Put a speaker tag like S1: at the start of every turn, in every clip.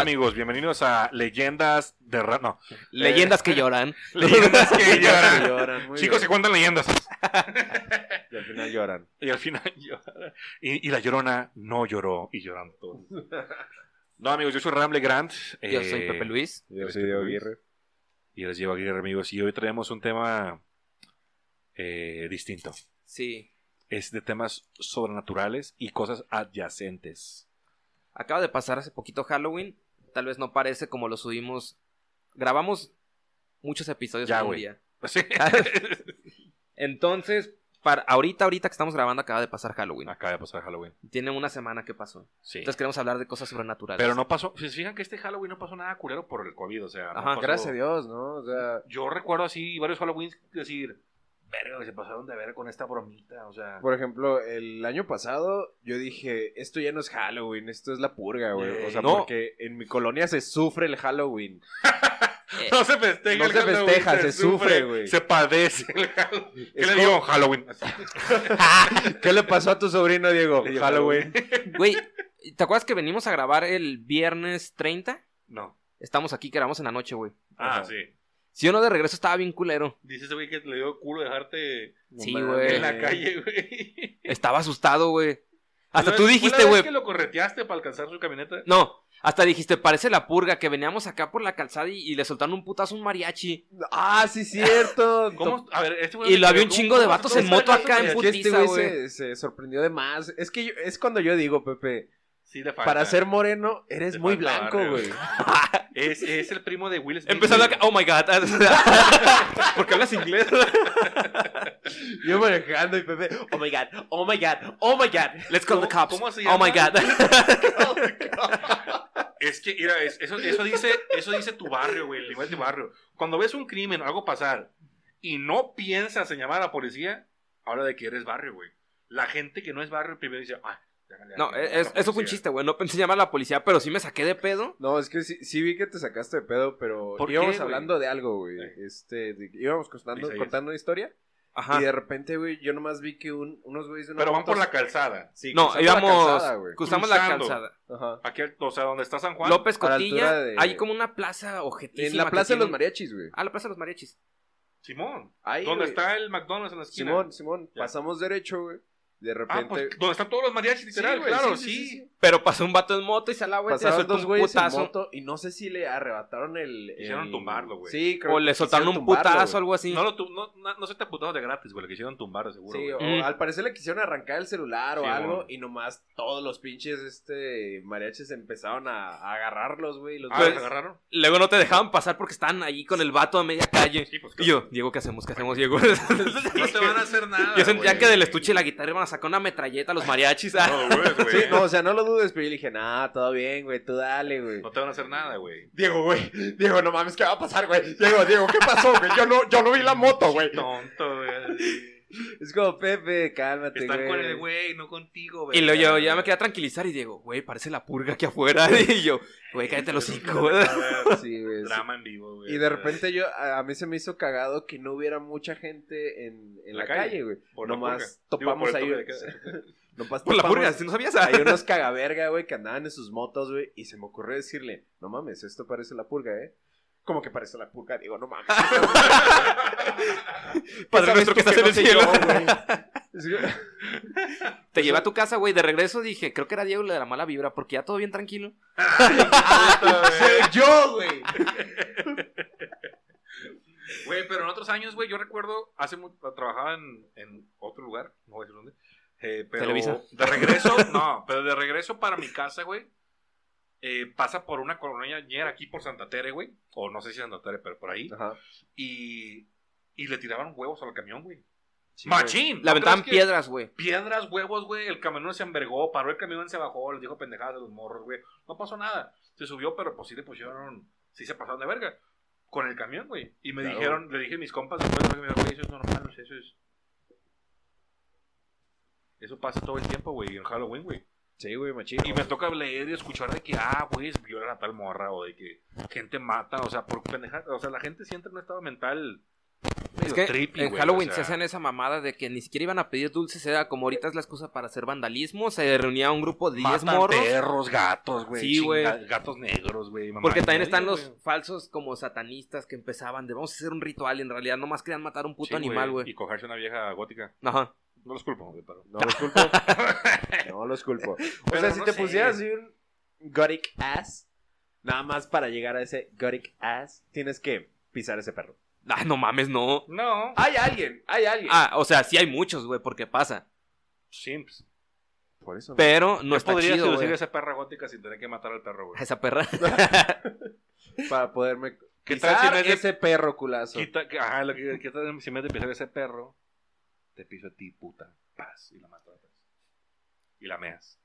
S1: amigos? Bienvenidos a Leyendas de Ra- No,
S2: Leyendas que lloran.
S1: Eh, Leyendas que lloran.
S3: lloran, muy
S1: Chicos, se
S3: bien.
S1: cuentan leyendas.
S3: Y al final lloran.
S1: Y al final llora. Y, y la llorona no lloró y lloran todos. No, amigos, yo soy Ramble Grant.
S2: Yo
S1: eh,
S2: soy Pepe Luis.
S3: Yo soy Diego Aguirre.
S1: Y les llevo aquí, amigos. Y hoy traemos un tema eh, distinto.
S2: Sí.
S1: Es de temas sobrenaturales y cosas adyacentes.
S2: Acaba de pasar hace poquito Halloween. Tal vez no parece como lo subimos. Grabamos muchos episodios
S1: Ya,
S2: en un
S1: güey.
S2: día.
S1: Sí.
S2: Entonces, para ahorita, ahorita que estamos grabando, acaba de pasar Halloween.
S1: Acaba de pasar Halloween.
S2: Tiene una semana que pasó.
S1: Ah. Sí.
S2: Entonces queremos hablar de cosas sobrenaturales.
S1: Pero no pasó. Si se fijan que este Halloween no pasó nada culero por el COVID. O sea, no
S2: Ajá.
S1: pasó-
S3: Gracias a Dios, ¿no? O sea,
S1: Yo recuerdo así varios Halloweens decir, verga, que se pasaron de ver con esta bromita. O sea,
S3: por ejemplo, el año pasado yo dije, esto ya no es Halloween, esto es la purga, güey. O sea,
S1: No.
S3: porque en mi colonia se sufre el Halloween.
S2: Eh,
S1: no se festeja,
S3: No
S1: el
S3: se
S1: Halloween,
S3: festeja, se sufre, güey.
S1: Se padece el Halloween. ¿Qué
S3: Es
S1: le
S3: como-
S1: digo? Halloween.
S3: ¿Qué le pasó a tu sobrino, Diego?
S1: Le digo,
S3: Halloween.
S2: Güey, ¿te acuerdas que venimos a grabar el viernes 30?
S1: No.
S2: Estamos aquí, que grabamos en la noche, güey.
S1: Ah,
S3: Ajá.
S1: sí.
S2: Si yo no de regreso estaba bien culero.
S1: Dices, güey, que le dio culo dejarte
S2: Sí,
S3: No mames.
S2: güey.
S1: en la calle, güey.
S2: Estaba asustado, güey.
S1: ¿Fue
S2: Hasta
S1: la-
S2: tú
S1: fue la
S2: dijiste,
S1: vez
S2: güey.
S1: que lo correteaste para alcanzar su camioneta?
S2: No, hasta dijiste, parece la purga que veníamos acá por la calzada y, y le soltaron un putazo a un mariachi.
S3: Ah, sí, cierto.
S1: ¿Cómo? A ver, este güey...
S2: Y lo había un
S1: ¿cómo-
S2: chingo de
S1: cómo
S2: vatos
S1: se-
S2: en moto
S1: cómo se-
S2: acá en
S3: Es
S2: puta.
S3: que este
S2: putiza,
S3: güey
S2: güey.
S3: se, se sorprendió de más. Es que yo- es cuando yo digo, Pepe,
S1: Sí, le falta.
S3: para ser moreno eres
S1: Te
S3: muy
S1: falta
S3: blanco,
S1: barrio.
S3: güey.
S1: Es, es el primo de Will Smith.
S2: Empezando
S1: güey.
S2: acá, oh my god. Porque hablas inglés.
S3: Yo manejando y Pepe, oh my god, oh my god, oh my god.
S2: Let's call the
S1: ¿Cómo-
S2: cops.
S1: cómo se
S2: Oh my
S1: llama?
S2: god.
S1: Es que, mira, es- eso, eso, dice, eso dice tu barrio, güey, el nivel de barrio. Cuando ves un crimen o algo pasar y no piensas en llamar a la policía, habla de que eres barrio, güey. La gente que no es barrio primero dice, ah, llámale a-
S2: No, e-,
S1: llámale a la
S2: es- eso fue un
S1: policía".
S2: chiste, güey. No pensé llamar a la policía, pero sí me saqué de pedo.
S3: No, es que sí, sí vi que te sacaste de pedo, pero
S1: ¿Por qué,
S3: íbamos
S1: güey?
S3: hablando de algo, güey.
S1: Sí.
S3: Este, de- íbamos contando,
S1: Isaías.
S3: contando una historia
S2: Ajá.
S3: y de repente, güey, yo nomás vi que un- unos güeyes de una
S1: Pero van
S3: moto-
S1: por la calzada.
S3: Sí,
S2: No,
S3: cruzando la
S2: íbamos.
S3: calzada, güey.
S2: cruzamos la
S1: Cruzando.
S2: calzada.
S3: Ajá.
S1: Aquí, o sea, donde está San Juan.
S2: López
S3: a la
S2: Cotilla.
S3: altura de-
S2: Hay como una plaza objetiva.
S3: En la plaza de los mariachis, güey.
S2: Ah, la plaza de los mariachis.
S1: Simón.
S3: Ahí,
S1: donde
S3: güey.
S1: está el McDonald's en la esquina.
S3: Simón, Simón,
S1: Ya.
S3: pasamos derecho, güey. De
S1: Ah,
S3: repente.
S1: pues, donde están todos los mariachis, literal,
S3: Sí, güey,
S1: claro,
S3: sí,
S1: sí.
S3: sí, sí, sí.
S2: Pero pasó un vato en moto y se la güey. Se le
S3: Pasaron
S2: soltó
S3: dos
S2: un
S3: güeyes en
S2: putazo.
S3: moto y no sé si le arrebataron el.
S1: Quisieron
S3: el-
S1: tumbarlo, güey.
S3: Sí, creo
S2: O le
S3: que
S2: soltaron un
S3: quisieron tumbarlo,
S2: putazo o
S3: güey.
S2: algo así.
S1: No, lo tu- no, no, no se te putaron de gratis, güey, le quisieron tumbar, seguro.
S3: Sí,
S1: güey.
S3: o
S2: Mm.
S3: al parecer le quisieron arrancar el celular o
S1: Sí,
S3: algo
S1: bueno.
S3: y nomás todos los pinches este mariachis empezaron a, a agarrarlos, güey. Los
S1: Ah,
S3: güeyes-
S2: Pues,
S1: ¿los agarraron?
S2: Luego no te dejaban pasar porque estaban ahí con el vato a media calle.
S1: Sí, pues,
S2: Y yo, Diego, ¿qué hacemos? ¿Qué hacemos, Diego?
S1: No te van a hacer nada.
S3: Ah,
S2: Yo sentía
S1: güey.
S2: que del estuche de la guitarra iban a sacar una metralleta a los mariachis. ah.
S1: No, güey, güey.
S3: Sí, no, o sea, no lo dudes, pero yo le dije, nah, todo bien, güey, tú dale, güey.
S1: No te van a hacer nada, güey.
S3: Diego, güey, Diego, no mames, ¿qué va a pasar, güey? Diego, Diego, ¿qué pasó, güey? Yo no, yo no vi la moto, güey.
S1: Tonto, güey.
S3: Es como, Pepe, cálmate, güey.
S1: Están con el güey, no contigo, güey.
S2: Y luego yo ya me quedé a tranquilizar y Diego, güey, parece la purga aquí afuera. Y yo, güey, cállate los cinco, güey.
S3: Sí, güey. sí.
S1: Drama en vivo, güey.
S3: Y de repente yo, a, a mí se me hizo cagado que no hubiera mucha gente en, en la,
S1: La
S3: calle,
S1: calle,
S3: güey.
S1: Por la
S3: Nomás
S1: purga. Digo, por
S3: topamos
S1: el
S3: ahí.
S1: toque de queda.
S3: nomás
S2: Por la
S3: topamos-
S2: purga, si no sabías. ah.
S3: Hay unos cagaverga, güey, que andaban en sus motos, güey, y se me ocurrió decirle, no mames, esto parece la purga, ¿eh? Como que parece la purga, digo, no mames.
S2: Padre
S3: ¿Sabes
S2: nuestro
S3: tú
S2: que estás en
S3: no
S2: el
S3: sé
S2: cielo.
S3: yo, güey? Es que-
S2: Te
S1: Pues
S2: llevé a tu casa, güey. De regreso dije, creo que era Diego el de la mala vibra, porque ya todo bien tranquilo.
S3: Soy yo, güey.
S1: Güey, pero en otros años, güey, yo recuerdo, hace mucho, trabajaba en, en otro lugar, no voy a decir dónde. eh, pero
S2: Televisa.
S1: De regreso, no, pero de regreso para mi casa, güey, eh, pasa por una colonia ñera aquí por Santa Tere, güey. O no sé si Santa Tere, pero por ahí.
S3: Ajá.
S1: Y, y le tiraban huevos al camión, güey.
S3: Sí,
S1: Machín.
S2: Le aventaban
S1: ¿No crees que-
S2: piedras, güey.
S1: Piedras, huevos, güey. El camión se envergó, paró el camión, se bajó, les dijo pendejadas de los morros, güey. No pasó nada. Se subió, pero pues sí le pusieron, sí se pasaron de verga. Con el camión, güey. Y me
S3: Claro.
S1: dijeron, le dije a mis compas después, güey, mira, güey, eso es normal, o sea, eso es. Eso pasa todo el tiempo, güey, en Halloween, güey.
S3: Sí, güey, machín.
S1: Y me toca leer y escuchar de que, ah, güey, violan a tal morra, o de que gente mata, o sea, por pendejadas. O sea, la gente siempre en un estado mental de medio
S2: Es que
S1: trippy,
S2: en
S1: güey,
S2: Halloween
S1: o
S2: se
S1: sea,
S2: hacían esa mamada de que ni siquiera iban a pedir dulces, era como ahorita es la excusa para hacer vandalismo, se reunía un grupo de 10
S1: matan
S2: morros.
S1: perros, gatos, güey.
S2: Sí, güey.
S1: chinga- Gatos negros, güey. mamá,
S2: Porque
S1: y
S2: también
S1: medio,
S2: están los
S1: güey.
S2: falsos como satanistas que empezaban de vamos a hacer un ritual y en realidad nomás querían matar a un puto
S1: Sí,
S2: animal,
S1: Y
S2: güey.
S1: cogerse una vieja gótica.
S2: Ajá.
S1: No los culpo, güey, pero.
S3: No los culpo. no los culpo. O
S1: Pero
S3: sea, si
S1: no
S3: te
S1: sé.
S3: pusieras así un gothic ass, nada más para llegar a ese gothic ass, tienes que pisar ese perro.
S2: Ah, no mames, no.
S1: No.
S3: Hay alguien, hay alguien.
S2: Ah, o sea, sí hay muchos, güey, porque pasa.
S1: Simps.
S3: Por eso.
S2: Pero no
S1: ¿Qué
S2: está
S1: podría
S2: chido,
S1: seducir
S2: güey.
S1: a esa perra gótica sin tener que matar al perro, güey?
S2: Esa perra.
S3: Para poderme
S1: ¿Qué tal
S3: pisar
S1: si no es de-
S3: ese perro culazo.
S1: Quita, que- ajá, lo que, que tal si en vez de pisar a ese perro, te piso a ti, puta, paz, y la matas. Y la meas.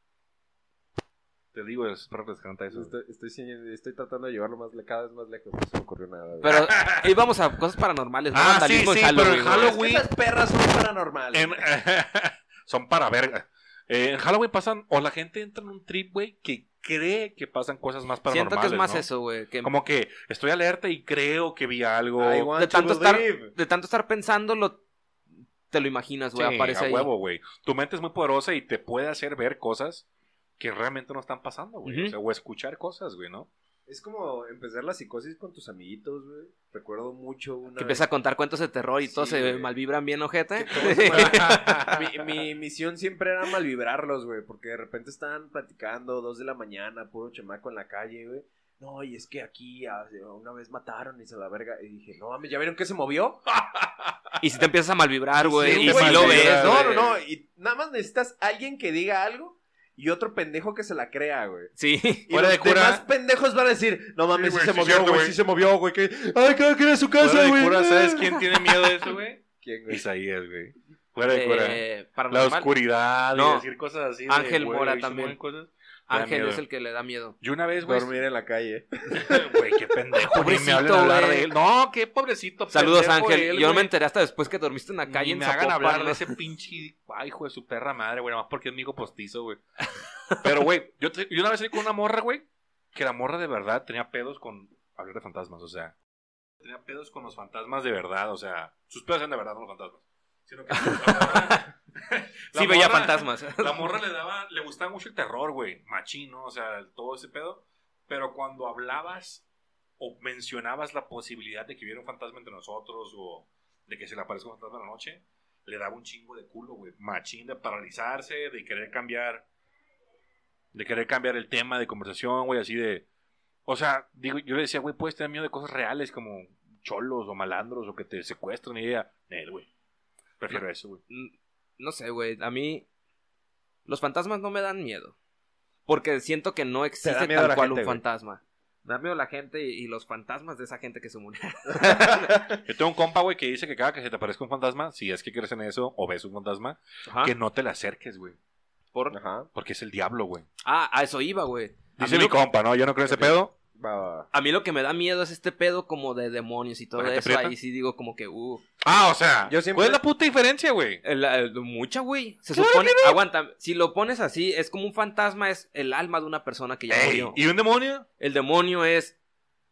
S1: Te digo, es perro que les canta eso.
S3: Estoy, estoy, sin- estoy tratando de llevarlo más, le- cada vez más lejos. No se me ocurrió nada. güey.
S2: Pero íbamos a cosas paranormales, ¿no?
S1: Ah, sí,
S2: Vandalismo
S1: sí,
S2: en
S1: pero en
S2: Halloween. güey.
S3: Es que
S1: Halloween-
S3: esas perras son paranormales.
S1: En- son para verga. Eh, en Halloween pasan, o la gente entra en un trip, güey, que cree que pasan cosas más paranormales.
S2: Siento que es más
S1: ¿no?
S2: eso, güey. Que
S1: Como que estoy alerta y creo que vi algo.
S3: I want
S2: de
S3: to
S2: tanto estar-
S3: believe.
S2: de tanto estar pensándolo, te lo imaginas,
S1: Sí,
S2: güey. aparece
S1: a
S2: ahí.
S1: huevo, güey. Tu mente es muy poderosa y te puede hacer ver cosas que realmente no están pasando, güey.
S2: Ujú.
S1: O sea, o escuchar cosas, güey, ¿no?
S3: Es como empezar la psicosis con tus amiguitos, güey. Recuerdo mucho una.
S2: Que empieza a contar cuentos de terror y
S3: Sí,
S2: todos se
S3: güey.
S2: malvibran bien, ojete.
S3: mi, mi misión siempre era malvibrarlos, güey, porque de repente estaban platicando, dos de la mañana, puro chamaco en la calle, güey. No, y es que aquí ah, una vez mataron y se la verga. Y dije, no mames, ¿ya vieron que se movió?
S2: y si te empiezas a malvibrar, güey.
S1: sí,
S2: y
S1: Ah, güey,
S2: si lo
S1: sí,
S2: ves,
S1: güey.
S2: ¿no?
S3: No, no, no. Y nada más necesitas alguien que diga algo y otro pendejo que se la crea, güey.
S2: Sí.
S3: Y
S1: Fuera
S3: los
S1: de cura.
S3: demás pendejos van a decir, no mames,
S1: Sí, güey,
S3: sí, se
S1: sí es
S3: movió,
S1: cierto,
S3: güey,
S1: güey.
S3: sí se movió, güey. que- Ay, creo que era su casa,
S1: Fuera de
S3: güey.
S1: cura, ¿sabes quién tiene miedo de eso, güey?
S3: ¿Quién, güey?
S1: Isaías, güey. Fuera de cura.
S2: Eh,
S1: La
S2: paranormal.
S1: oscuridad,
S2: No.
S1: y decir cosas así. de,
S2: Ángel
S1: güey,
S2: Mora
S1: ¿viste mueven
S2: también.
S1: cosas?
S2: Ángel
S1: miedo.
S2: es el que le da miedo.
S1: Yo una vez, güey.
S3: Dormir en la calle.
S1: Güey, qué pendejo. ni me
S2: Pobrecito,
S1: hablen hablar
S2: güey.
S1: de él. No, qué pobrecito.
S2: Saludos,
S1: pendejo
S2: Ángel.
S1: él,
S2: Yo no me
S1: güey.
S2: enteré hasta después que dormiste en la calle
S1: Ni
S2: en
S1: me hagan
S2: Zapopan,
S1: hablar
S2: ¿no?
S1: de ese pinche. Ay, hijo de su perra madre, güey. Nada más porque es mi hijo postizo, güey. Pero, güey, yo, te- yo una vez salí con una morra, güey. Que la morra de verdad tenía pedos con hablar de fantasmas, o sea. Tenía pedos con los fantasmas de verdad, o sea. Sus pedos eran de verdad, no los fantasmas. Sino que.
S2: Sí,
S1: La
S2: veía
S1: morra-
S2: fantasmas.
S1: La morra le daba, le gustaba mucho el terror, güey. Machino, o sea, todo ese pedo. Pero cuando hablabas o mencionabas la posibilidad de que hubiera un fantasma entre nosotros o de que se le aparezca un fantasma en la noche, le daba un chingo de culo, güey. Machín de paralizarse, de querer cambiar, de querer cambiar el tema de conversación, güey, así de. O sea, digo, yo le decía, güey, puedes tener miedo de cosas reales como cholos o malandros o que te secuestran y ella, "Nel, güey. Prefiero eso, güey.
S2: No sé, güey. A mí. Los fantasmas no me dan miedo. Porque siento que no existe
S3: da miedo
S2: tal
S3: la
S2: cual
S3: gente,
S2: un
S3: güey.
S2: fantasma. Me da miedo la gente y, y los fantasmas de esa gente que se murió.
S1: Yo tengo un compa, güey, que dice que cada que se te aparezca un fantasma, si es que crees en eso o ves un fantasma,
S2: Ajá.
S1: que no te le acerques, güey.
S2: Por-
S3: Ajá.
S1: Porque es el diablo, güey.
S2: Ah, a eso iba, güey. A
S1: Dice
S2: mí
S1: mi
S2: lo-
S1: compa, ¿no? Yo no creo ese pedo.
S3: Va, va, va.
S2: A mí lo que me da miedo es este pedo como de demonios y todo
S1: ¿La gente
S2: eso.
S1: prieta?
S2: Ahí sí digo como que, uh.
S1: Ah, o sea,
S3: Yo siempre-
S1: ¿cuál es la puta diferencia, güey?
S2: el- el- mucha, güey. Se supone. Aguanta. Si lo pones así, es como un fantasma, es el alma de una persona que ya
S1: Ey,
S2: murió.
S1: ¿Y un demonio?
S2: El demonio es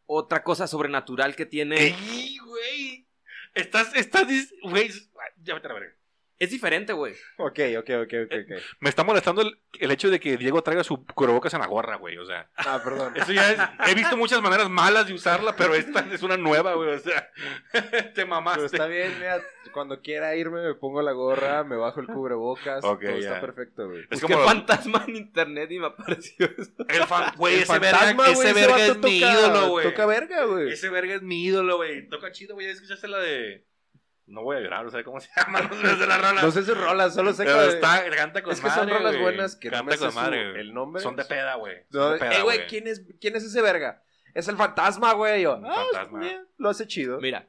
S2: otra cosa sobrenatural que tiene.
S1: ¡Ey, güey! Estás, estás, dis- güey, ah, ya vete a la verga.
S2: Es diferente, güey.
S3: Ok, ok, ok, ok, ok.
S1: Me está molestando el, el hecho de que Diego traiga su cubrebocas en la gorra, güey, o sea.
S3: Ah, perdón.
S1: Eso ya es, he visto muchas maneras malas de usarla, pero esta es una nueva, güey, o sea. Te
S3: Pero
S1: mamaste.
S3: está bien, mira, cuando quiera irme me pongo la gorra, me bajo el cubrebocas,
S1: Ok,
S3: todo
S1: ya.
S3: está perfecto, güey.
S1: Es
S2: Busqué
S1: como-
S2: fantasma en internet y me apareció eso.
S1: El fan, güey,
S3: El
S1: ese verga, ese
S3: ese
S1: verga
S3: vato
S1: es mi
S3: toca-
S1: ídolo, güey.
S3: Toca verga, güey.
S1: Ese verga es mi ídolo, güey. Toca chido, güey. ¿Ya escuchaste la de. No voy a llorar, o sea, ¿cómo se llama? No sé, de la rola.
S3: No sé sus rolas, solo sé
S1: Pero
S3: que...
S1: está, canta con
S3: Es que son
S1: madre,
S3: rolas
S1: güey.
S3: buenas que no
S1: canta
S3: me sé
S1: con
S3: su-
S1: madre, güey.
S3: el nombre.
S1: Son de peda, güey.
S3: No,
S1: Son de
S3: eh,
S1: peda,
S3: güey, ¿quién es, ¿quién es ese verga? Es el fantasma, güey. Yo,
S1: Un
S3: ah,
S1: fantasma.
S3: mira, lo hace chido.
S2: Mira,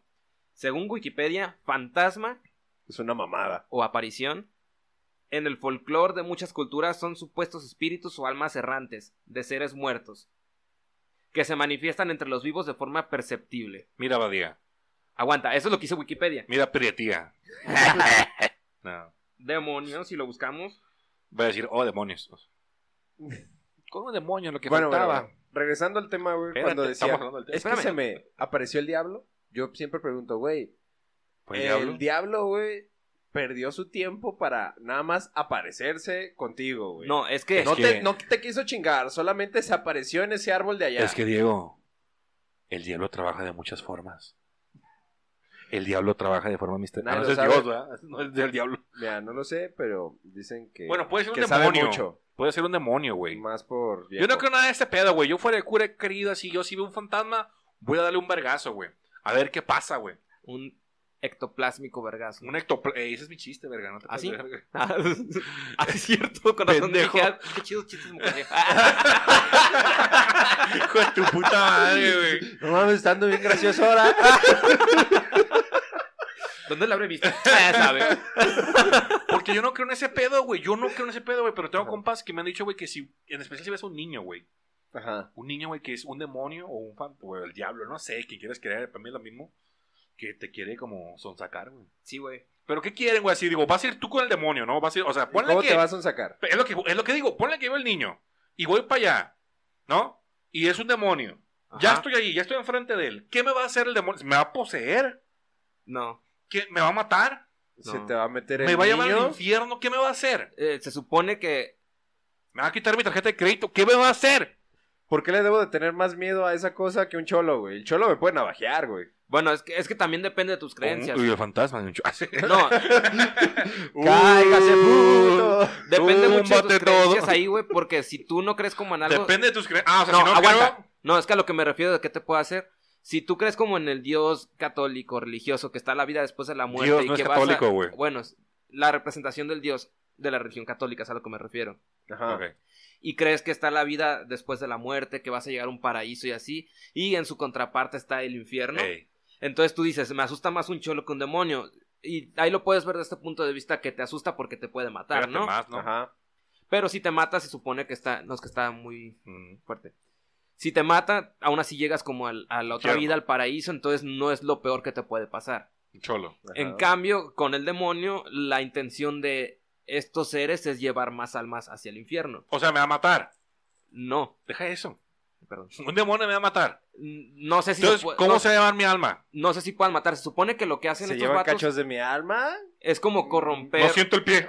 S2: según Wikipedia, fantasma
S3: Es una mamada.
S2: o aparición en el folclore de muchas culturas son supuestos espíritus o almas errantes de seres muertos que se manifiestan entre los vivos de forma perceptible.
S1: Mira, Badía.
S2: Aguanta, eso es lo que hizo Wikipedia.
S1: Mira, Prietía. no.
S2: Demonios, si lo buscamos.
S1: Voy a decir, oh, demonios. Con un demonio lo que
S3: bueno, bueno,
S1: faltaba.
S3: bueno, regresando al tema, güey,
S1: Espérate,
S3: cuando decía...
S1: estamos hablando del tema.
S3: Es que
S1: Espérame.
S3: se me apareció el diablo. Yo siempre pregunto, güey,
S1: ¿Fue el
S3: el
S1: diablo?
S3: diablo, güey, perdió su tiempo para nada más aparecerse contigo, güey.
S2: No, es que.
S3: no,
S1: que-
S3: te, no te quiso chingar, solamente se apareció en ese árbol de allá.
S1: Es que Diego, el diablo trabaja de muchas formas. El diablo trabaja de forma misteriosa.
S3: Nadie
S1: no
S3: lo
S1: es
S3: sabe.
S1: Dios, ¿verdad? No es del diablo.
S3: Mira, no lo sé, pero dicen que,
S1: Eh, Bueno, puede ser un
S3: que sabe
S1: demonio.
S3: mucho.
S1: Puede ser un demonio, güey.
S3: Más por
S1: Yo
S3: viejo.
S1: no creo nada de este pedo, güey. Yo fuera de cura he querido así. Yo si veo un fantasma, voy a darle un vergazo, güey. A ver qué pasa, güey.
S2: Un ectoplásmico vergazo.
S1: Un ectopla... eh, ese es mi chiste, verga. No te
S2: ¿Ah,
S1: pases
S2: sí?
S1: de verga.
S2: Ah, es cierto, con razón
S1: Pendejo.
S2: dije, ah, Qué chidos chistes, mujer.
S1: Hijo de tu puta madre, güey.
S3: No mames, estando bien gracioso ahora.
S2: ¿Dónde la habré visto? Ah, ya sabe.
S1: Porque yo no creo en ese pedo, güey. Yo no creo en ese pedo, güey. Pero tengo
S3: Ajá.
S1: compas que me han dicho, güey, que si... En especial si ves a un niño, güey.
S3: Ajá.
S1: un niño, güey, que es un demonio o un fan, o el diablo, no sé, quien quieras creer, para mí es lo mismo, que te quiere como sonsacar, güey.
S2: Sí, güey.
S1: Pero ¿qué quieren, güey? Así digo, vas a ir tú con el demonio, ¿no? Vas a ir, o sea,
S3: ¿Y
S1: ponle
S3: ¿Cómo
S1: que,
S3: te vas a sacar?
S1: es lo que, es lo que digo, ponle que iba el niño, y voy para allá, ¿no? Y es un demonio, ya
S2: Ajá.
S1: estoy allí, ya estoy enfrente de él, ¿qué me va a hacer el demonio? ¿Me va a poseer?
S2: No.
S1: ¿Qué, ¿Me va a matar?
S3: Se
S2: No.
S3: te va a meter el
S1: ¿Me va a llevar
S3: niño?
S1: al infierno? ¿Qué me va a hacer?
S2: Eh, se supone que.
S1: ¿Me va a quitar mi tarjeta de crédito? ¿Qué me va a hacer?
S3: ¿Por qué le debo de tener más miedo a esa cosa que un cholo, güey? El cholo me puede navajear, güey.
S2: Bueno, es que, es que también depende de tus creencias.
S1: Uy, el fantasma. de un chu-
S2: No,
S3: Uh. ¡Cáigase, puto!
S2: depende
S1: Tú
S2: mucho de tus
S1: bate todo.
S2: creencias ahí, güey, porque si tú no crees como en algo.
S1: Depende de tus creencias. Ah, o sea,
S2: No,
S1: si no creo-
S2: aguanta. No, es que a lo que me refiero de qué te puedo hacer. Si tú crees como en el Dios católico, religioso, que está la vida después de la muerte.
S1: Dios
S2: y
S1: no es
S2: que vas a-
S1: católico, güey.
S2: Bueno, es la representación del Dios de la religión católica es a lo que me refiero.
S3: Ajá.
S1: Ok.
S2: Y crees que está la vida después de la muerte, que vas a llegar a un paraíso y así. Y en su contraparte está el infierno.
S1: Ey.
S2: Entonces tú dices, me asusta más un cholo que un demonio. Y ahí lo puedes ver desde este punto de vista que te asusta porque te puede matar,
S1: Espérate
S2: ¿no?
S1: más, ¿no?
S3: Ajá.
S2: Pero si te mata, se supone que está. No es que está muy
S1: Mm.
S2: fuerte. Si te mata, aún así llegas como al- a la otra
S1: Infierno.
S2: vida, al paraíso, entonces no es lo peor que te puede pasar.
S1: Cholo.
S3: ajá.
S2: En cambio, con el demonio, la intención de estos seres es llevar más almas hacia el infierno.
S1: O sea, me va a matar.
S2: No,
S1: Deja eso.
S2: perdón.
S1: Un demonio me va a matar.
S2: N- No sé si
S1: Entonces,
S2: se pu-
S1: ¿cómo
S2: pues, no,
S1: se va a llevar mi alma?
S2: no sé si puedan matar. Se supone que lo que hacen
S3: ¿Se
S2: estos
S3: llevan
S2: vatos
S3: cachos de mi alma?
S2: es como corromper.
S1: No siento el pie.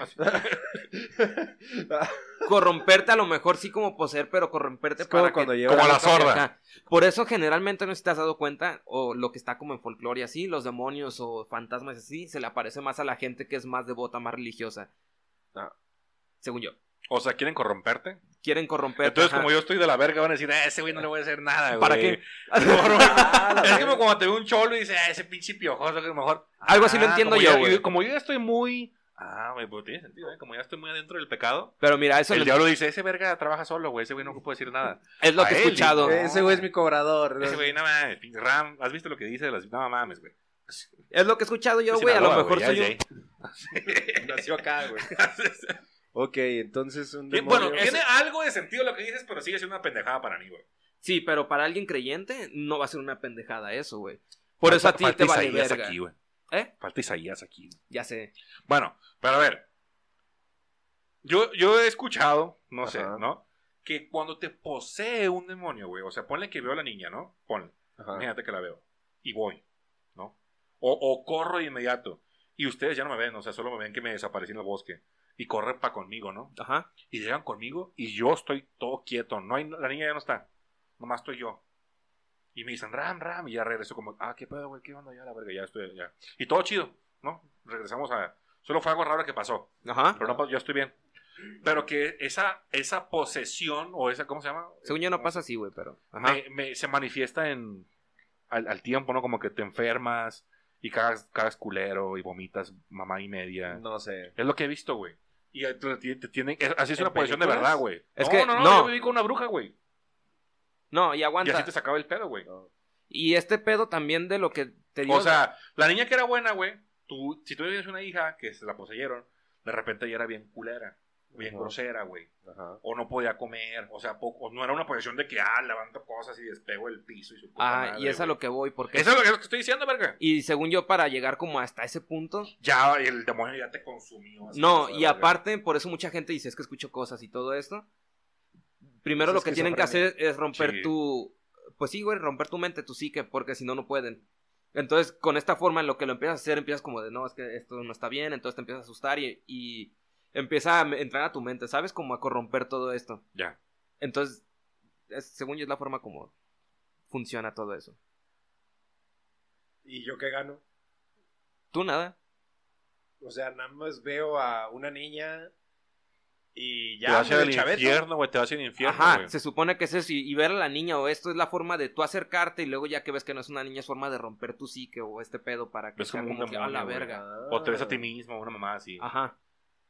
S2: corromperte a lo mejor sí como poseer, pero corromperte
S3: Es como
S2: para
S3: cuando
S2: que...
S3: llevan
S1: Como a la
S2: para que-
S1: sorda.
S2: ajá. Por eso generalmente no sé si te has dado cuenta, o lo que está como en folclore y así, los demonios o fantasmas y así, se le aparece más a la gente que es más devota, más religiosa.
S3: Ah.
S2: Según yo.
S1: O sea, ¿quieren corromperte?
S2: Quieren corromperte.
S1: Entonces,
S2: ajá.
S1: como yo estoy de la verga, van a decir, "Ah, ese güey no le voy a hacer nada, güey.
S2: ¿Para qué?
S1: No, no,
S3: Ah, la
S1: es
S3: verga.
S1: como cuando te ve un cholo y dice, "Ah, ese pinche piojoso, que es mejor.
S2: Algo así lo
S1: Ah,
S2: entiendo
S1: como
S2: yo,
S1: ya-
S2: güey.
S1: Como yo ya estoy muy. Ah, güey, pues tiene sentido, ¿eh? Como ya estoy muy adentro del pecado.
S2: Pero mira, eso
S1: El
S2: es-
S1: diablo dice, ese verga trabaja solo, güey. Ese güey no puede decir nada.
S2: es lo
S1: a
S2: que he
S1: él,
S2: escuchado.
S1: güey.
S3: Ese güey es mi cobrador.
S1: Ese güey, no mames, pinche Ram, ¿has visto lo que dice? de las- No mames, güey.
S2: Es lo que he escuchado yo,
S1: Es
S2: güey. A lo
S1: Sinaloa,
S2: mejor
S1: ya
S2: soy
S1: es
S2: un-
S1: de
S3: Nació acá, güey.
S1: ahí.
S3: Ok, entonces un
S1: Bien,
S3: demonio...
S1: bueno, tiene algo de sentido lo que dices, pero sigue siendo una pendejada para mí, güey.
S2: Sí, pero para alguien creyente no va a ser una pendejada eso, güey. Por eso a ti
S1: Falta
S2: te vale
S1: Isaías
S2: verga.
S1: aquí, güey.
S2: ¿Eh?
S1: Falta Isaías aquí. güey.
S2: Ya sé.
S1: Bueno, pero a ver. Yo, yo he escuchado, no sé,
S3: Ajá.
S1: ¿no? Que cuando te posee un demonio, güey. O sea, ponle que veo a la niña, ¿no? Ponle.
S3: Ajá.
S1: Imagínate que la veo. Y voy, ¿no? O, o corro de inmediato. Y ustedes ya no me ven, o sea, solo me ven que me desaparecí en el bosque. Y corren para conmigo, ¿no?
S2: Ajá.
S1: Y llegan conmigo y yo estoy todo quieto. No hay, la niña ya no está. Nomás estoy yo. Y me dicen, ram, ram. Y ya regreso como, ah, qué pedo, güey, qué onda, ya la verga, ya estoy, ya. Y todo chido, ¿no? Regresamos a... Solo fue algo raro que pasó.
S2: Ajá.
S1: Pero no, pa- yo estoy bien. Pero que esa, esa posesión o esa, ¿cómo se llama?
S2: Según yo no pasa así, güey, pero. Ajá.
S1: Me- me- se manifiesta en... Al, al tiempo, ¿no? Como que te enfermas y cagas, cagas culero y vomitas mamá y media.
S3: No sé.
S1: Es lo que he visto, güey. Y te, te tienen, es- así es
S3: ¿En
S1: una posición de
S3: películas?
S1: verdad, güey.
S2: Es
S1: no,
S2: que-
S1: no, no,
S2: no.
S1: yo viví con una bruja, güey.
S2: No, y
S1: Y así
S2: aguanta.
S1: te sacaba el pedo, güey.
S3: No.
S2: Y este pedo también de lo que te digo. ah,
S1: O sea, la niña que era buena, güey, tú, si tú tienes una hija que se la poseyeron, de repente ella era bien culera, bien
S3: Ajá.
S1: grosera, güey.
S3: Ajá.
S1: O no podía comer, o sea, poco, o no era una posición de que, ah, levanto cosas y despego el piso y su puta
S2: ah,
S1: madre,
S2: y es a
S1: güey.
S2: lo que voy, porque.
S1: Eso es lo que es lo que estoy diciendo, verga.
S2: Y según yo, para llegar como hasta ese punto.
S1: Ya el demonio ya te consumió. así,
S2: No,
S1: cosa de
S2: y
S1: Ah, verga.
S2: aparte, por eso mucha gente dice es que escucho cosas y todo esto. Primero
S1: Pues
S3: Es
S2: lo que tienen que hacer es romper
S1: Sí.
S2: tu. Pues sí, güey, romper tu mente, tu psique, porque si no, no pueden. Entonces, con esta forma, en lo que lo empiezas a hacer, empiezas como de, no, es que esto no está bien, entonces te empiezas a asustar y, y empieza a m- entrar a tu mente, ¿sabes? Como a corromper todo esto.
S1: Ya.
S2: Entonces, es- según yo, es la forma como funciona todo eso.
S4: ¿Y yo qué gano?
S2: Tú nada.
S4: O sea, nada más veo a una niña y
S1: te
S4: ya
S1: vas
S4: me
S1: al
S4: doy chaveto.
S1: infierno, güey. Te vas al infierno,
S2: Ajá,
S1: güey.
S2: se supone que es eso. Y, y ver a la niña o esto es la forma de tú acercarte y luego ya que ves que no es una niña es forma de romper tu psique o este pedo para que
S1: Ves
S2: sea
S1: como un
S2: como que a
S1: demonio,
S2: la
S1: güey.
S2: verga.
S1: O te ves a
S2: Ah.
S1: ti mismo, una mamá así.
S2: Ajá.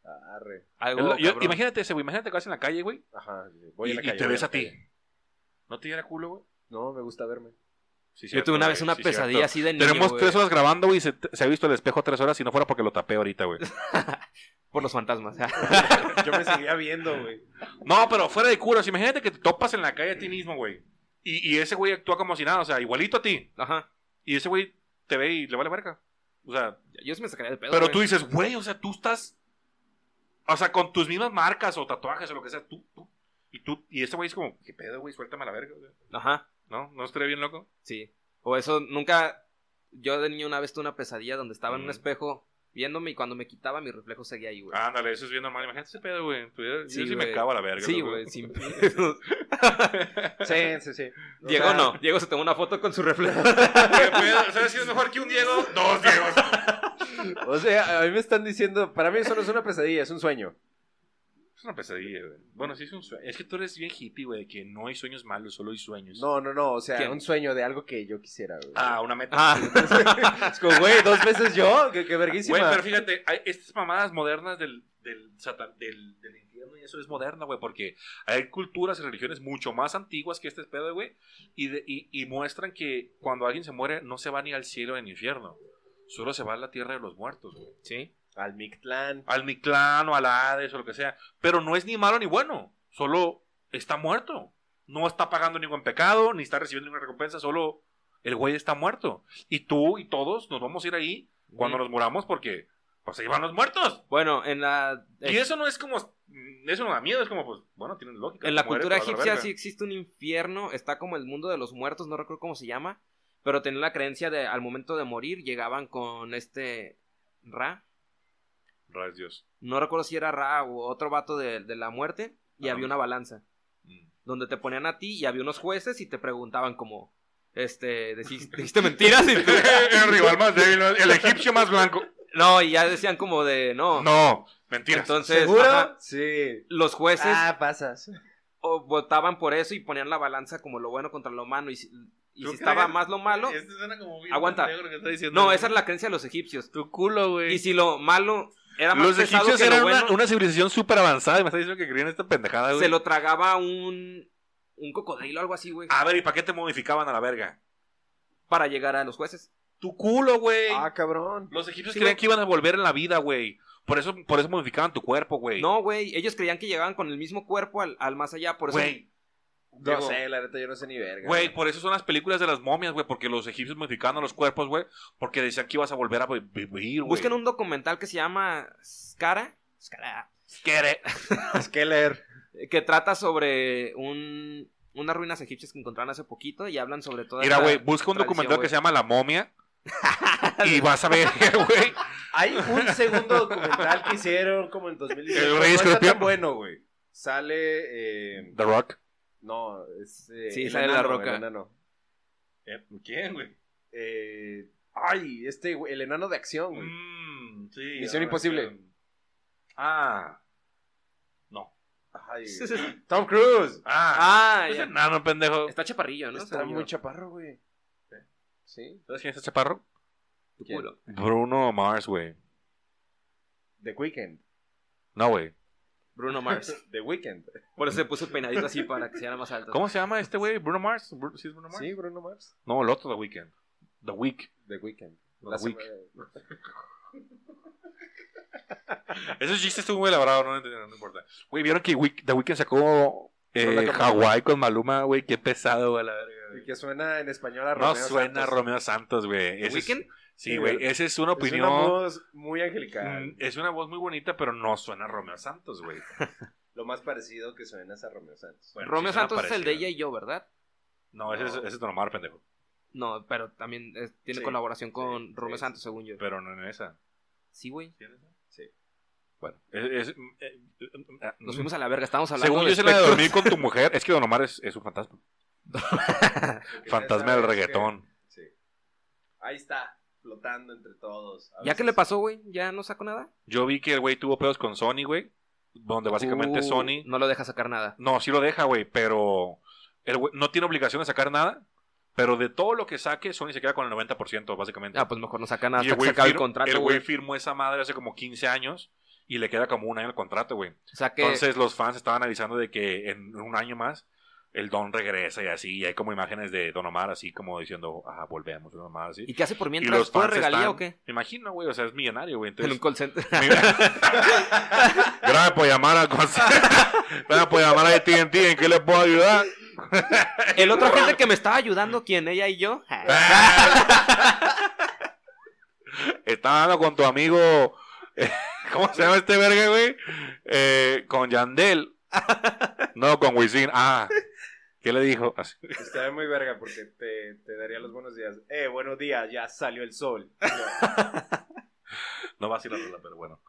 S3: Ah, Arre.
S1: Es
S2: Algo,
S1: lo- yo-
S2: cabrón.
S1: imagínate ese, güey. Imagínate que vas en la calle, güey.
S3: Ajá. Voy
S1: y,
S3: a la
S1: y
S3: calle,
S1: te
S3: voy
S1: ves a
S3: la
S1: ti.
S3: calle.
S1: ¿No te diera culo, güey?
S3: No, me gusta verme.
S1: Sí,
S2: Yo
S1: cierto,
S2: tuve una
S1: güey,
S2: vez una
S1: sí,
S2: pesadilla
S1: cierto.
S2: así de niño,
S1: Tenemos
S2: güey,
S1: tres horas grabando, güey. y Se, se ha visto el espejo tres horas. Si no fuera porque lo tapé ahorita, güey.
S2: por los fantasmas.
S4: Yo me seguía viendo, güey.
S1: No, pero fuera de curas. Imagínate que te topas en la calle a ti mismo, güey. Y, y ese güey actúa como si nada, o sea, igualito a ti.
S2: Ajá.
S1: Y ese güey te ve y le vale verga. O sea,
S2: Yo sí me sacaría de pedo.
S1: pero
S2: güey.
S1: tú dices, güey, o sea, tú estás. O sea, con tus mismas marcas o tatuajes o lo que sea, tú. tú y tú, y ese güey es como, ¿qué pedo, güey? Suéltame a la verga. o sea,
S2: Ajá.
S1: ¿No? ¿No estaría bien loco?
S2: Sí. O eso nunca. Yo de niño una vez tuve una pesadilla donde estaba en un
S1: Mm.
S2: espejo viéndome y cuando me quitaba mi reflejo seguía ahí, güey.
S1: Ándale, eso es bien normal. Imagínate ese pedo, güey. Tuviera-
S2: pues. Sí,
S1: yo sí
S2: güey.
S1: me cago a la verga.
S2: sí,
S1: loco.
S2: güey. sin-
S3: Sí, sí, sí. O
S2: Diego
S3: sea,
S2: no. Diego se tomó una foto con su reflejo.
S1: ¿Qué pedo? ¿Sabes si es mejor que un Diego? Dos Diegos.
S3: O sea, a mí me están diciendo, para mí eso no es una pesadilla, es un sueño.
S1: Es una pesadilla, güey. Bueno, sí es un sueño. Es que tú eres bien hippie, güey, de que no hay sueños malos, solo hay sueños.
S3: No, no, no, o sea,
S2: ¿Quién?
S3: un sueño de algo que yo quisiera, güey.
S1: pues, Ah, pues, una meta.
S2: Ah,
S3: Es como, güey, dos veces yo, que, verguísima.
S1: Güey, pero fíjate, hay estas mamadas modernas del, del, satan- del, del infierno y eso es moderna, güey, porque hay culturas y religiones mucho más antiguas que este pedo, güey, y, de- y, y muestran que cuando alguien se muere no se va ni al cielo ni al infierno, solo se va a la tierra de los muertos, güey.
S2: sí.
S3: Al Mictlán.
S1: Al Mictlán o al Hades o lo que sea, pero no es ni malo ni bueno, solo está muerto. No está pagando ningún pecado, ni está recibiendo ninguna recompensa, solo el güey está muerto. Y tú y todos nos vamos a ir ahí cuando nos muramos porque, pues ahí van los muertos.
S2: Bueno, en la.
S1: Y eso no es como. Eso no da miedo, es como, pues, bueno, tiene lógica.
S2: En la
S1: muere,
S2: cultura
S1: te vas a la
S2: egipcia
S1: verga.
S2: sí existe un infierno, está como el mundo de los muertos, no recuerdo cómo se llama, pero tenían la creencia de al momento de morir llegaban con este Ra,
S1: Rayos Dios.
S2: no recuerdo si era Ra o otro vato de, de la muerte, y
S1: Ajá.
S2: había una balanza
S1: Mm.
S2: donde te ponían a ti y había unos jueces y te preguntaban como, este, decis- dijiste mentiras y tú-
S1: el rival más débil, el egipcio más blanco.
S2: no, y ya decían como de no.
S1: No, mentiras.
S2: Entonces,
S3: ¿Seguro?
S2: ajá,
S3: Sí.
S2: los jueces
S3: Ah, pasas.
S2: o, votaban por eso y ponían la balanza como lo bueno contra lo malo y si, y
S1: ¿Tú
S2: si estaba
S1: crees?
S2: más lo malo,
S1: Este suena como bien
S2: Aguanta.
S1: negro lo que está diciendo.
S2: No, esa es la creencia de los egipcios.
S1: Tu culo,
S2: Y
S1: güey.
S2: si lo malo era más
S1: Los
S2: pesado
S1: egipcios
S2: que lo
S1: eran
S2: bueno,
S1: una, una civilización súper avanzada y me está diciendo que creían esta pendejada, güey.
S2: se lo tragaba un, un cocodrilo o algo así, güey,
S1: A ver, ¿y para qué te modificaban a la verga?
S2: para llegar a los jueces.
S1: Tu culo, güey.
S3: Ah, cabrón.
S1: Los egipcios
S2: Sí,
S1: creían
S2: güey.
S1: que iban a volver en la vida, güey. Por eso, por eso modificaban tu cuerpo, güey.
S2: No, güey, ellos creían que llegaban con el mismo cuerpo al, al más allá, por eso...
S1: güey.
S3: No
S1: Diego.
S3: sé, la neta, yo no sé ni verga.
S1: Güey, por eso son las películas de las momias, güey, porque los egipcios modificaban los cuerpos, güey, porque decían que ibas a volver a vi- vivir, güey.
S2: Busquen un documental que se llama Skara, Skara, eh,
S1: Quere.
S3: Skeller.
S2: que trata sobre un, unas ruinas egipcias que encontraron hace poquito y hablan sobre todo...
S1: Mira, güey, busca un documental que se llama La momia y vas a ver, güey,
S3: Hay un segundo documental que hicieron como en 2016.
S1: El
S3: pero
S1: Rey
S3: no está
S1: Escorpión.
S3: tan bueno, güey. Sale. eh,
S1: The Rock.
S3: no, es. eh,
S2: Sí,
S3: el
S2: sale La
S3: enano,
S2: Roca.
S3: el enano.
S1: ¿Quién, güey?
S3: Eh, ay, este, güey, el enano de acción, güey.
S1: Mm,
S3: Misión Imposible.
S1: Ah. No.
S3: Ay, güey. Tom Cruise.
S1: Ah.
S2: Ah,
S1: es
S2: ya.
S1: enano, pendejo.
S2: Está chaparrillo, ¿no?
S3: Pues Está
S2: Según yo.
S3: muy chaparro, güey. ¿Sí?
S1: ¿Sabes quién es este chaparro?
S2: Tu
S3: ¿Quién?
S2: culo.
S1: Bruno Mars, güey.
S3: The Weeknd.
S1: No, güey.
S2: Bruno Mars.
S3: The Weeknd.
S2: Por eso se puso el peinadito así para que se viera más alto.
S1: ¿Cómo se llama este güey? ¿Bruno Mars? Bru- ¿Sí es Bruno Mars?
S3: Sí, Bruno Mars.
S1: No, el otro The Weeknd. The Week.
S3: The Weeknd.
S1: The
S3: La
S1: Week.
S3: sema-
S1: Esos chistes estuvo muy elaborado, no, no, no importa. Güey, ¿vieron que Week- The Weeknd sacó
S3: Rola
S1: eh,
S3: con
S1: Hawái con Maluma, güey? Qué pesado, güey, la verga. güey.
S3: Y que suena en español
S1: No
S3: a Romeo
S1: suena
S3: Santos.
S1: Romeo Santos, güey.
S2: ¿El
S1: Ese es-
S2: Weeknd?
S1: Sí, güey, esa es una
S3: Es
S1: opinión.
S3: una voz muy
S1: Mm,
S3: angelical.
S1: Es una voz muy bonita, pero no suena Romeo Santos, güey.
S3: Lo más parecido que suena es a Romeo Santos.
S1: Bueno,
S2: Romeo
S1: sí suena
S2: Santos es el de
S1: parecido.
S2: ella y yo, ¿verdad?
S1: No, ese es, ese es Don Omar, pendejo.
S2: No, pero también es- tiene
S3: Sí,
S2: colaboración con
S3: sí,
S2: Romeo
S3: sí,
S2: Santos, según yo.
S1: Pero no en esa.
S2: Sí, güey.
S1: ¿Sí en esa?
S3: Sí.
S1: Bueno, es- es- eh, eh, eh,
S2: Nos fuimos a la verga, estábamos hablando
S1: Según
S2: de
S1: yo, se la de
S2: espectros.
S1: dormir con tu mujer. Es que Don Omar es, es un fantasma.
S3: Lo que
S1: Fantasma
S3: ya
S1: del
S3: sabes que-
S1: reggaetón.
S3: sí. Ahí está, flotando entre todos. A
S2: ¿Ya qué le
S3: veces-
S2: pasó, güey? ¿Ya no sacó nada?
S1: Yo vi que el güey tuvo pedos con Sony, güey. Donde básicamente
S2: Uh,
S1: Sony.
S2: No lo deja sacar nada.
S1: No, sí lo deja, güey, pero el güey no tiene obligación de sacar nada. Pero de todo lo que saque, Sony se queda con el 90%, básicamente.
S2: Ah, pues mejor no saca nada
S1: Y
S2: hasta que se
S1: güey
S2: acabe el
S1: fir-
S2: contrato,
S1: el güey
S2: güey.
S1: firmó esa madre hace como 15 años y le queda como un año el contrato, güey.
S2: O sea que.
S1: Entonces los fans estaban analizando de que en un año más el Don regresa y así. Y hay como imágenes de Don Omar así como diciendo, ajá, volvemos, Don Omar así.
S2: ¿Y qué hace por
S1: Y
S2: mientras?
S1: los
S2: ¿Pura
S1: fans
S2: regalía
S1: están-
S2: o qué?
S1: Me imagino, güey, o sea, es millonario, güey.
S2: En
S1: Entonces,
S2: un call center.
S1: Gracias por llamar a Gracias por llamar a AT&T. ¿En qué les puedo ayudar?
S2: el otro gente que me estaba ayudando, ¿quién? ¿Ella y yo? Ja.
S1: Estaba hablando con tu amigo. eh, ¿Cómo se llama este verga, güey? Eh, con Yandel. No, con Wisin. Ah, ¿qué le dijo? Así.
S4: Estaría muy verga porque te, te daría los buenos días. Eh, buenos días, ya salió el sol.
S1: No va así la rola, pero bueno.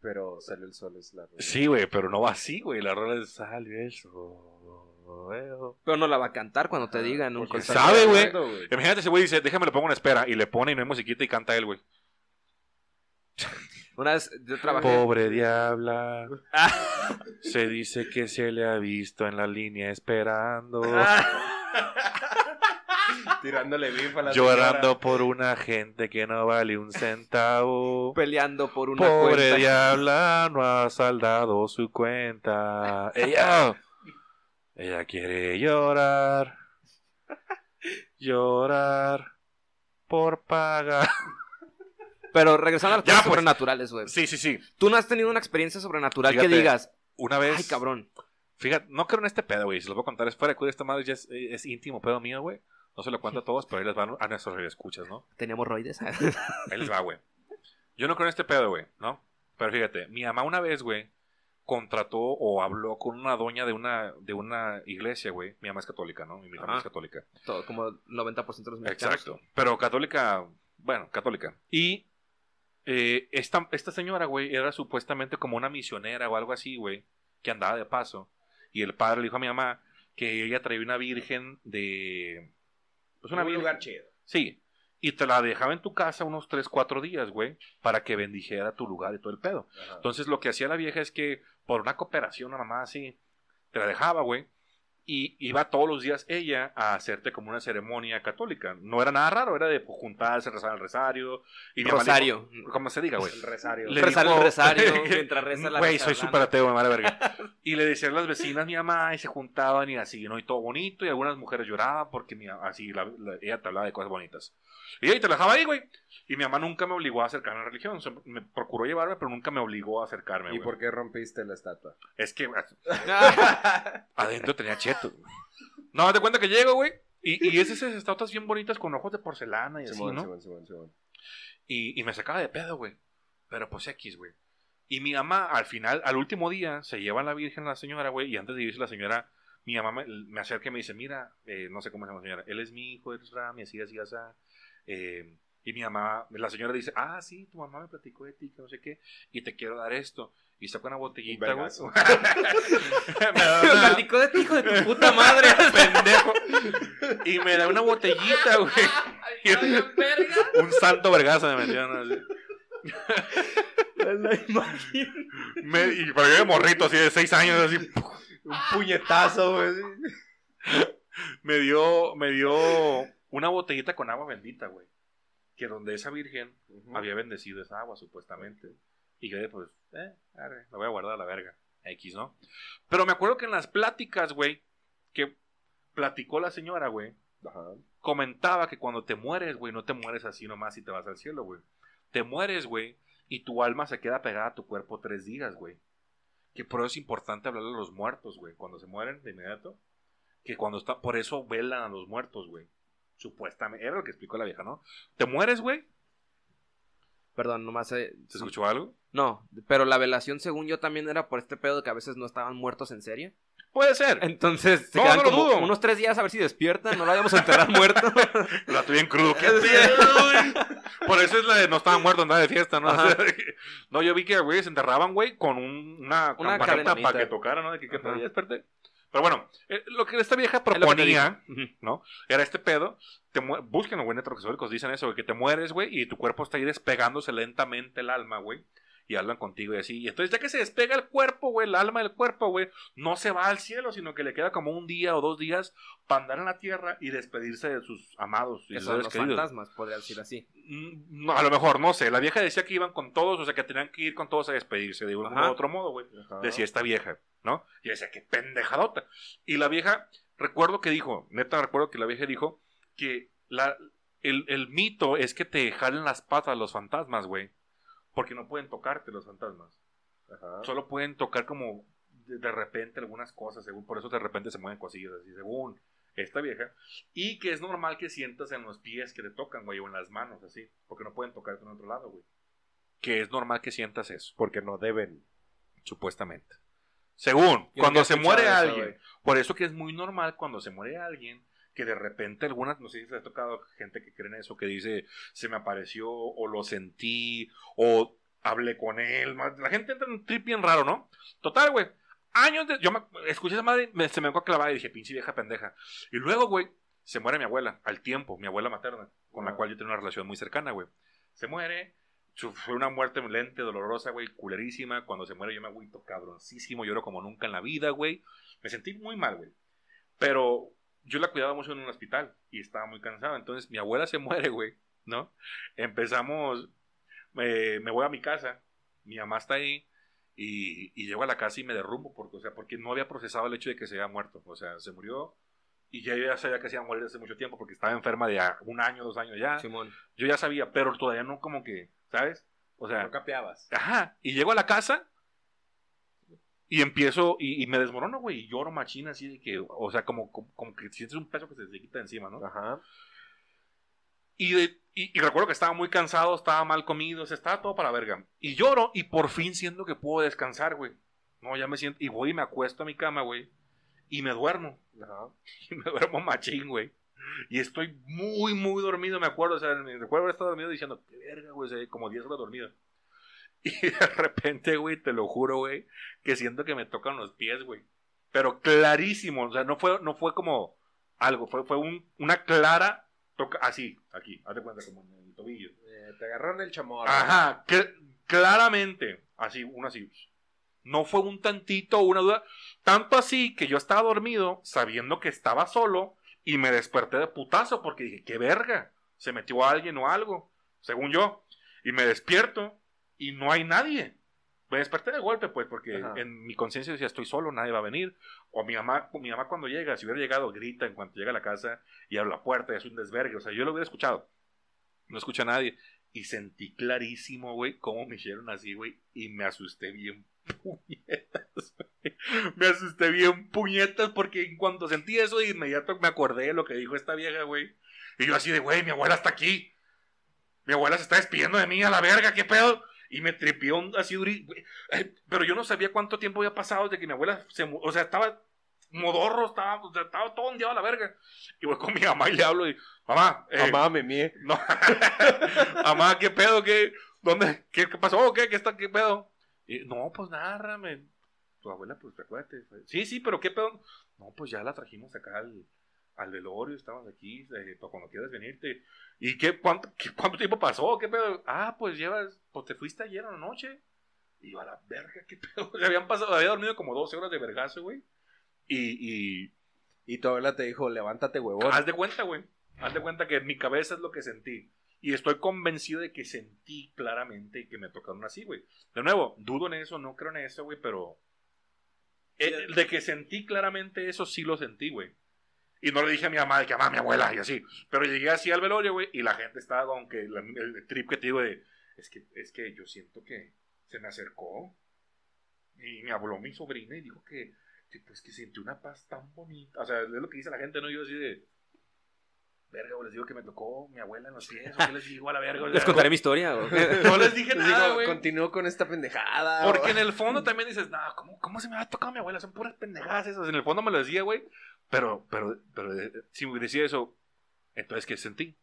S4: Pero salió el sol, es la realidad.
S1: Sí, güey, pero no va así, güey. La rola es sal y eso.
S2: Pero no la va a cantar cuando
S3: Ah,
S2: te digan un
S1: Porque
S2: call
S1: sabe,
S2: center.
S1: güey. Imagínate ese güey dice, déjame lo pongo en espera. Y le pone y no hay musiquita y canta él, güey.
S2: Una vez yo trabajé.
S1: Pobre diabla. Se dice que se le ha visto en la línea esperando.
S2: Ah,
S4: Tirándole bif a la
S1: Llorando por una gente que no vale un centavo.
S2: peleando por una
S1: Pobre
S2: cuenta.
S1: diabla, no ha saldado su cuenta. Ella, ella quiere llorar. Llorar por pagar.
S2: Pero regresando a las
S1: Ya,
S2: cosas
S1: pues.
S2: sobrenaturales, güey.
S1: Sí, sí, sí.
S2: Tú no has tenido una experiencia sobrenatural que
S1: Fíjate,
S2: digas,
S1: Una vez.
S2: ay, cabrón.
S1: Fíjate, no creo en este pedo, güey. Si lo voy a contar, es fuera de cuida, esta madre ya es, es íntimo pedo mío, güey. No se lo cuento a todos, pero ahí les van a nuestros escuchas, ¿no?
S2: Teníamos roides.
S1: Ahí les va, güey. Yo no creo en este pedo, güey, ¿no? Pero fíjate, mi mamá una vez, güey, contrató o habló con una doña de una, de una iglesia, güey. Mi mamá es católica, ¿no? Y mi
S2: Ajá.
S1: mamá es católica.
S2: Todo, como el 90% de los mexicanos.
S1: Exacto. Pero católica, bueno, católica. Y eh, esta, esta señora, güey, era supuestamente como una misionera o algo así, güey, que andaba de paso. Y el padre le dijo a mi mamá que ella traía una virgen de... Pues una
S4: un
S1: virgen,
S4: lugar chido.
S1: Sí. Y te la dejaba en tu casa unos 3, 4 días, güey, para que bendijera tu lugar y todo el pedo.
S4: Ajá.
S1: Entonces lo que hacía la vieja es que por una cooperación, una mamá así, te la dejaba, güey. Y iba todos los días ella a hacerte como una ceremonia católica. No era nada raro, era de pues, juntarse, rezar el rosario. Y mi mamá le dijo-
S2: Rosario.
S1: como se diga, güey.
S4: El resario.
S1: Le
S2: rezar
S1: dijo-
S2: el rosario mientras reza la
S1: Güey,
S2: Virgen
S1: soy
S2: Blanca.
S1: súper ateo, me vale verga. Y le decían las vecinas, mi mamá, y se juntaban y así, ¿no? Y todo bonito, y algunas mujeres lloraban porque mi- así la- la- ella te hablaba de cosas bonitas. Y ahí te la dejaba ahí, güey. Y mi mamá nunca me obligó a acercarme a la religión. O sea, me procuró llevarme, pero nunca me obligó a acercarme,
S4: ¿Y
S1: güey.
S4: por qué rompiste la estatua?
S1: Es que adentro tenía cheto. güey. No, te cuenta que llego, güey. Y, y es esas estatuas bien bonitas con ojos de porcelana y así,
S4: Simón,
S1: ¿no?
S4: Simón, Simón, Simón.
S1: Y, y me sacaba de pedo, güey. Pero pues X, güey. Y mi mamá, al final, al último día, se lleva a la Virgen a la señora, güey. Y antes de irse la señora, mi mamá me, me acerca y me dice, mira, eh, no sé cómo se llama la señora. Él es mi hijo, eres Ram, y así, así, así. Eh, y mi mamá, la señora dice, ah, sí, tu mamá me platicó de ti, que no sé qué. Y te quiero dar esto. Y saca una botellita,
S4: Un
S1: güey.
S4: vergazo.
S1: Me da
S2: Me
S1: una-
S2: platicó de ti, hijo de tu puta madre.
S1: pendejo. Y me da una botellita, güey. un santo vergazo me metió. ¿no? Así. Me- y, pero yo de morrito, así de seis años, así.
S4: Un puñetazo, güey.
S1: Me dio, me dio una botellita con agua bendita, güey. Que donde esa virgen había bendecido esa agua, supuestamente. Y yo, pues, eh, arre, la voy a guardar a la verga. X, ¿no? Pero me acuerdo que en las pláticas, güey, que platicó la señora, güey,
S4: Ajá.
S1: comentaba que cuando te mueres, güey, no te mueres así nomás y te vas al cielo, güey. Te mueres, güey, y tu alma se queda pegada a tu cuerpo tres días, güey. Que por eso es importante hablarle a los muertos, güey, cuando se mueren de inmediato. Que cuando está, por eso velan a los muertos, güey. Supuestamente, era lo que explicó la vieja, ¿no? Te mueres, güey.
S2: Perdón, nomás. eh,
S1: ¿Se escuchó algo?
S2: No, pero la velación, según yo, también era por este pedo de que a veces no estaban muertos en serie.
S1: Puede ser.
S2: Entonces, se
S1: No,
S2: quedan
S1: no lo
S2: como
S1: dudo.
S2: unos tres días a ver si despiertan, no lo vayamos a enterrar muerto.
S1: La tuve en crudo. ¿Qué pedo, güey? Por eso es la de no estaba muerto, andaba de fiesta, ¿no?
S2: Ajá.
S1: no, yo vi que, güey, se enterraban, güey, con un- una,
S2: Una
S1: campanita
S2: cadenita.
S1: para que tocara, ¿no? De que, que
S2: Ajá.
S1: ya desperté. Pero bueno, eh, lo que esta vieja
S2: Es lo que te dije.
S1: proponía
S2: Ujú.
S1: era este pedo. Te mu- busquen, güey, netroxólicos, dicen eso, güey, que te mueres, güey, y tu cuerpo está ahí despegándose lentamente el alma, güey. Y hablan contigo y así. Y entonces, ya que se despega el cuerpo, güey, el alma del cuerpo, güey, no se va al cielo, sino que le queda como un día o dos días para andar en la tierra y despedirse de sus amados y
S2: Que
S1: sus
S2: son
S1: seres
S2: los
S1: queridos.
S2: fantasmas, podría decir así.
S1: Mm, no, a lo mejor, no sé. La vieja decía que iban con todos, o sea, que tenían que ir con todos a despedirse de algún
S2: Ajá.
S1: u otro modo, güey.
S3: Ajá.
S1: Decía esta vieja, ¿no? Y decía, qué pendejadota. Y la vieja, recuerdo que dijo, neta, recuerdo que la vieja dijo que la, el, el mito es que te jalen las patas los fantasmas, güey. Porque no pueden tocarte los fantasmas.
S3: Ajá.
S1: Solo pueden tocar como de, de repente algunas cosas, según por eso de repente se mueven cosillas así, según esta vieja. Y que es normal que sientas en los pies que te tocan, güey, o en las manos, así, porque no pueden tocarte en otro lado, güey. Que es normal que sientas eso,
S4: Porque no deben.
S1: supuestamente. Según,
S2: Yo nunca
S1: cuando
S2: he
S1: se
S2: escuchado
S1: muere
S2: eso,
S1: alguien,
S2: güey.
S1: por eso que es muy normal cuando se muere alguien que de repente algunas, no sé si les ha tocado gente que cree en eso, que dice, se me apareció o lo sentí o hablé con él. ma- La gente entra en un trip bien raro, ¿no? Total, güey. Años de... Yo me, escuché esa madre, me- se me fue a clavar y dije, pinche vieja pendeja. Y luego, güey, se muere mi abuela al tiempo, mi abuela materna, con la
S3: Ah.
S1: cual yo tengo una relación muy cercana, güey. Se muere, su- fue una muerte lente, dolorosa, güey, culerísima. Cuando se muere yo me agüito cabroncísimo, lloro como nunca en la vida, güey. Me sentí muy mal, güey. Pero yo la cuidaba mucho en un hospital y estaba muy cansada. Entonces mi abuela se muere, güey, ¿no? Empezamos, eh, me voy a mi casa, mi mamá está ahí. Y, y llego a la casa y me derrumbo porque, o sea, porque no había procesado el hecho de que se había muerto. O sea, se murió y ya yo ya sabía que se iba a morir hace mucho tiempo porque estaba enferma de ya un año, dos años ya.
S2: Simón.
S1: Yo ya sabía, pero todavía no como que, ¿sabes? O sea,
S4: No capeabas.
S1: Ajá, y llego a la casa y empiezo, y, y me desmorono, güey, y lloro machina así de que, o sea, como, como, como que sientes un peso que se te quita encima, ¿no?
S3: Ajá.
S1: Y, de- y, y recuerdo que estaba muy cansado, estaba mal comido, o sea, estaba todo para la verga. Y lloro y por fin siento que puedo descansar, güey. No, ya me siento, y voy y me acuesto a mi cama, güey, y me duermo.
S3: Ajá.
S1: y me duermo machín, güey. Y estoy muy, muy dormido, me acuerdo. O sea, me recuerdo haber estado dormido diciendo, qué verga, güey, o sea, como 10 horas dormido. Y de repente, güey, te lo juro, güey, que siento que me tocan los pies, güey. Pero clarísimo, o sea, no fue, no fue como algo, fue, fue un, una clara toca así, aquí, haz de cuenta, como en el tobillo.
S4: Eh, te agarraron el chamorro.
S1: Ajá, que, claramente, así, una así. No fue un tantito, una duda. Tanto así que yo estaba dormido sabiendo que estaba solo y me desperté de putazo porque dije, qué verga, se metió alguien o algo, según yo. Y me despierto y no hay nadie. Me desperté de golpe, pues, porque
S3: Ajá.
S1: en mi conciencia decía, estoy solo, nadie va a venir. O mi mamá, mi mamá cuando llega, si hubiera llegado, grita en cuanto llega a la casa y abre la puerta y hace un desvergue. O sea, yo lo hubiera escuchado. No escucha a nadie. Y sentí clarísimo, güey, cómo me hicieron así, güey. Y me asusté bien puñetas, güey. Me asusté bien puñetas porque en cuanto sentí eso, de inmediato me acordé de lo que dijo esta vieja, güey. Y yo así de, güey, mi abuela está aquí. Mi abuela se está despidiendo de mí a la verga, qué pedo. Y me tripió un- así durísimo. Pero yo no sabía cuánto tiempo había pasado desde que mi abuela se... mu- O sea, estaba modorro, estaba, o sea, estaba todo ondeado a la verga. Y voy con mi mamá y le hablo y, mamá, eh,
S3: Mamá, me mie.
S1: no. Amá, ¿qué pedo? ¿Qué, dónde, qué, qué pasó? ¿Qué, qué, está, ¿Qué pedo? Y, no, pues nada, Ramen. Tu abuela, pues recuérdate. Sí, sí, pero ¿qué pedo? No, pues ya la trajimos acá al, al velorio, estamos aquí, eh, para cuando quieras venirte. ¿Y qué cuánto, qué- cuánto tiempo pasó? ¿Qué pedo? Ah, pues llevas, pues te fuiste ayer en la noche. Y yo a la verga, ¿qué pedo? Le habían pasado, había dormido como 12 horas de vergazo, güey. Y, y
S3: Y tu abuela te dijo, levántate, huevón.
S1: Haz de cuenta, güey. Haz de cuenta que en mi cabeza es lo que sentí. Y estoy convencido de que sentí claramente y que me tocaron así, güey. De nuevo, dudo en eso, no creo en eso, güey, pero. eh, de que sentí claramente eso, sí lo sentí, güey. Y no le dije a mi mamá, de que mamá, mi abuela, y así. Pero llegué así al velorio, güey, y la gente estaba con que la- el trip que te digo de. Es que, es que yo siento que se me acercó. Y me habló mi sobrina y dijo que, que, pues que sentí una paz tan bonita. O sea, es lo que dice la gente, ¿no? Yo así de. Verga, güey, les digo que me tocó mi abuela en los pies. ¿o ¿Qué les digo a la verga? O sea,
S2: Les contaré mi historia. güey.
S1: No les dije
S3: Les
S1: nada,
S3: digo,
S1: güey.
S3: continúo con esta pendejada.
S1: Porque
S3: o-
S1: en el fondo también dices, no, ¿cómo, ¿cómo se me va a tocar mi abuela? Son puras pendejadas esas. En el fondo me lo decía, güey. Pero, pero, pero eh, si me decía eso, entonces, ¿qué sentí?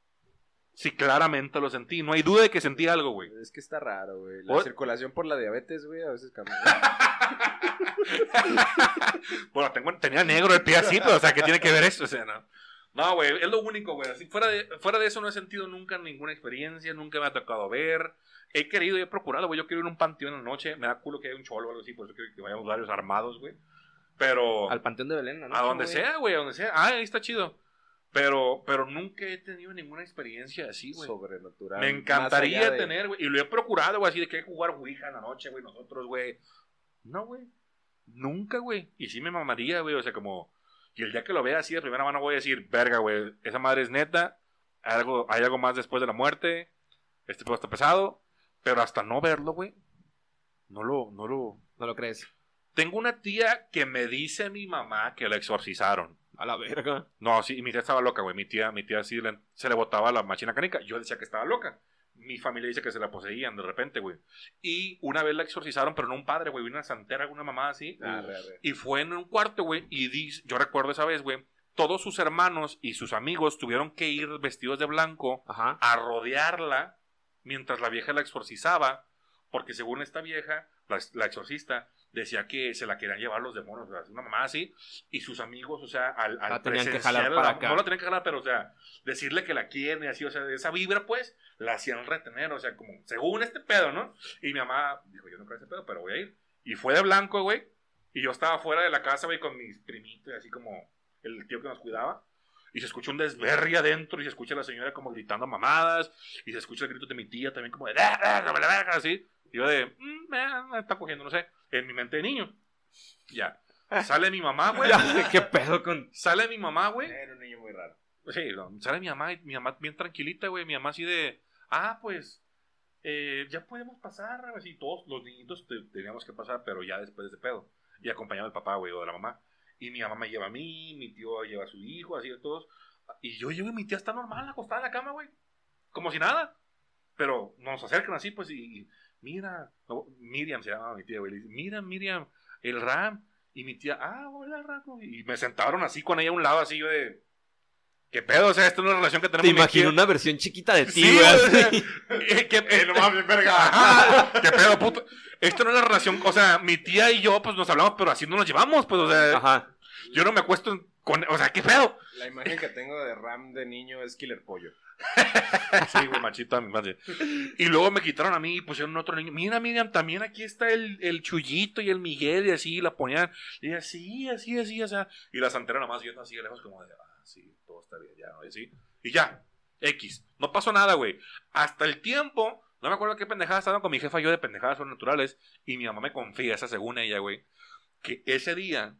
S1: Sí, claramente lo sentí. No hay duda de que sentí algo, güey.
S3: Es que está raro, güey. La
S1: Por-
S3: circulación por la diabetes, güey, a veces cambia.
S1: Bueno, tengo- tenía negro el pie así, pero, o sea, ¿qué tiene que ver eso? O sea, no. No, güey, es lo único, güey. Así, fuera, de, fuera de eso no he sentido nunca ninguna experiencia, nunca me ha tocado ver. He querido y he procurado, güey. Yo quiero ir a un panteón en la noche. Me da culo que haya un cholo o algo así, por eso quiero que vayamos varios armados, güey. Pero...
S2: Al Panteón de Belén. ¿no?
S1: A donde
S2: Güey.
S1: sea, güey, a donde sea. Ah, ahí está chido. Pero, pero nunca he tenido ninguna experiencia así, güey.
S3: Sobrenatural.
S1: Me
S3: Más
S1: encantaría
S3: allá de-
S1: tener, güey. Y lo he procurado, güey, así de que hay que jugar Ouija en la noche, güey, nosotros, güey. No, güey. Nunca, güey. Y sí me mamaría, güey. O sea, como. Y el día que lo vea así de primera mano voy a decir, verga, güey, esa madre es neta. Algo, hay algo más después de la muerte. Este puesto está pesado. Pero hasta no verlo, güey. No lo, no lo.
S2: No lo crees.
S1: Tengo una tía que me dice mi mamá que la exorcizaron.
S2: A la verga.
S1: No, sí, y mi tía estaba loca, güey. Mi tía, mi tía sí le- se le botaba la machina canica. Yo decía que estaba loca. Mi familia dice que se la poseían de repente, güey. Y una vez la exorcizaron, pero no un padre, güey, una santera, una mamá así.
S4: Ah,
S3: Arre, arre.
S1: Y fue en un cuarto, güey. Y dis- yo recuerdo esa vez, güey. Todos sus hermanos y sus amigos tuvieron que ir vestidos de blanco
S2: Ajá.
S1: a rodearla mientras la vieja la exorcizaba, porque según esta vieja, la, la exorcista, decía que se la querían llevar los demonios, o sea, una mamá así, y sus amigos, o sea, al, al
S2: La tenían que
S1: presenciar
S2: jalar
S1: la-
S2: para acá.
S1: no la tenían que jalar, pero, o sea, decirle que la quieren y así, o sea, esa vibra, pues, la hacían retener, o sea, como, según este pedo, ¿no? Y mi mamá dijo, yo no creo en ese pedo, pero voy a ir. Y fue de blanco, güey, y yo estaba fuera de la casa, güey, con mis primitos, y así como el tío que nos cuidaba. Y se escucha un desberri adentro y se escucha a la señora como gritando mamadas. Y se escucha el grito de mi tía también como de... "Ah, ah, no me la verga", así. Y yo de... "Mm, ah, me está cogiendo, no sé. En mi mente de niño. Ya. Sale mi mamá, güey.
S2: ¿Qué pedo con.?
S1: Sale mi mamá, güey.
S4: Era un niño muy raro.
S1: Sí, no, sale mi mamá, y mi mamá bien tranquilita, güey. Mi mamá así de, ah, pues, eh, ya podemos pasar, güey, así todos los niñitos te- teníamos que pasar, pero ya después de ese pedo. Y acompañado del papá, güey, o de la mamá. Y mi mamá me lleva a mí, mi tío lleva a su hijo, así de todos. Y yo llego y mi tía está normal, acostada en la cama, güey. Como si nada. Pero nos acercan así, pues, y, y mira, no, Miriam se llamaba mi tía, güey. le dice, Mira, Miriam, el Ram. Y mi tía, ah, hola, Ram. Y me sentaron así con ella a un lado, así yo de... ¿Qué pedo? O sea, esta es una relación que tenemos.
S2: Te imagino
S1: imagino
S2: una versión chiquita de ti,
S1: Sí,
S2: güey.
S1: o
S2: así.
S1: sea, eh, ¿Qué, eh, no mames, verga. Ajá. ¿Qué pedo, puto? Esto no es la relación. O sea, mi tía y yo, pues nos hablamos, pero así no nos llevamos. Pues, o sea,
S2: Ajá.
S1: yo no me acuesto con. O sea, ¿qué pedo?
S4: La imagen que tengo de Ram de niño es Killer Pollo.
S1: Sí, güey, machito a mi madre. Y luego me quitaron a mí y pusieron otro niño. Mira, Miriam, también aquí está el, el Chuyito y el Miguel y así, y la ponían. Y así, así, así, o sea. Y la santera nomás viendo así de lejos como de, ah, sí, todo está bien, ya, ¿no? y así. Y ya, X. No pasó nada, güey. Hasta el tiempo, no me acuerdo qué pendejadas estaba con mi jefa yo de pendejadas sobrenaturales. Y mi mamá me confiesa, según ella, güey, que ese día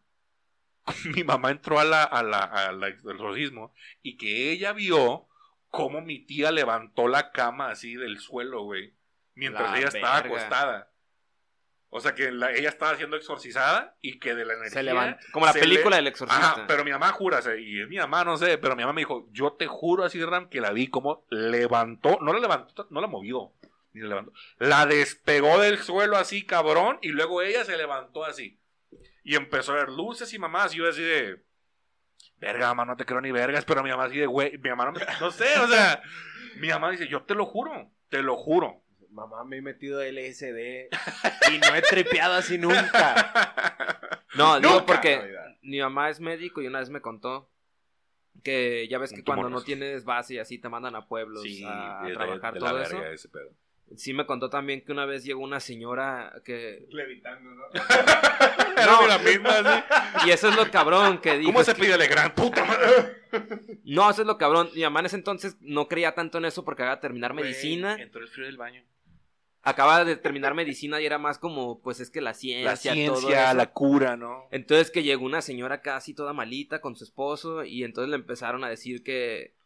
S1: mi mamá entró a la, a la, a la- al exorcismo y que ella vio cómo mi tía levantó la cama así del suelo, güey, mientras
S2: La
S1: ella estaba
S2: verga.
S1: acostada. O sea que la- ella estaba siendo exorcizada y que de la energía
S2: Se levanta. Como la
S1: se
S2: película
S1: le-
S2: del exorcista.
S1: Ajá, pero mi mamá jura, o sea, y mi mamá no sé, pero mi mamá me dijo, yo te juro así, Ram, que la vi como levantó, no la levantó, no la movió, ni la levantó, la despegó del suelo así, cabrón, y luego ella se levantó así. Y empezó a ver luces y mamás, y yo así de, verga, mamá, no te creo ni vergas, pero mi mamá así de, güey, mi mamá no, me- no sé, o sea, mi mamá dice, yo te lo juro, te lo juro.
S3: Mamá, me he metido LSD y no he trepeado así nunca.
S2: No, digo
S1: Nunca.
S2: porque
S4: Navidad.
S2: mi mamá es médico y una vez me contó que ya ves
S1: Un
S2: que
S1: tumor
S2: cuando no
S1: rojo.
S2: tienes base y así te mandan a pueblos a, a
S1: de- de-
S2: trabajar
S1: de la
S2: todo eso.
S1: verga ese pedo.
S2: Sí me contó también que una vez llegó una señora que
S4: Levitando, ¿no?
S1: Era de la misma, así.
S2: y eso es lo cabrón pues que dijo.
S1: ¿Cómo se pide gran puta madre?
S2: No, eso es lo cabrón. Mi mamá en ese entonces no creía tanto en eso porque acaba de terminar medicina.
S1: Güey, Entró el frío del baño.
S2: Acaba de terminar medicina y era más como, pues es que la ciencia,
S1: la
S2: todo
S1: ciencia,
S2: eso.
S1: la cura, ¿no?
S2: Entonces que llegó una señora casi toda malita con su esposo y entonces le empezaron a decir que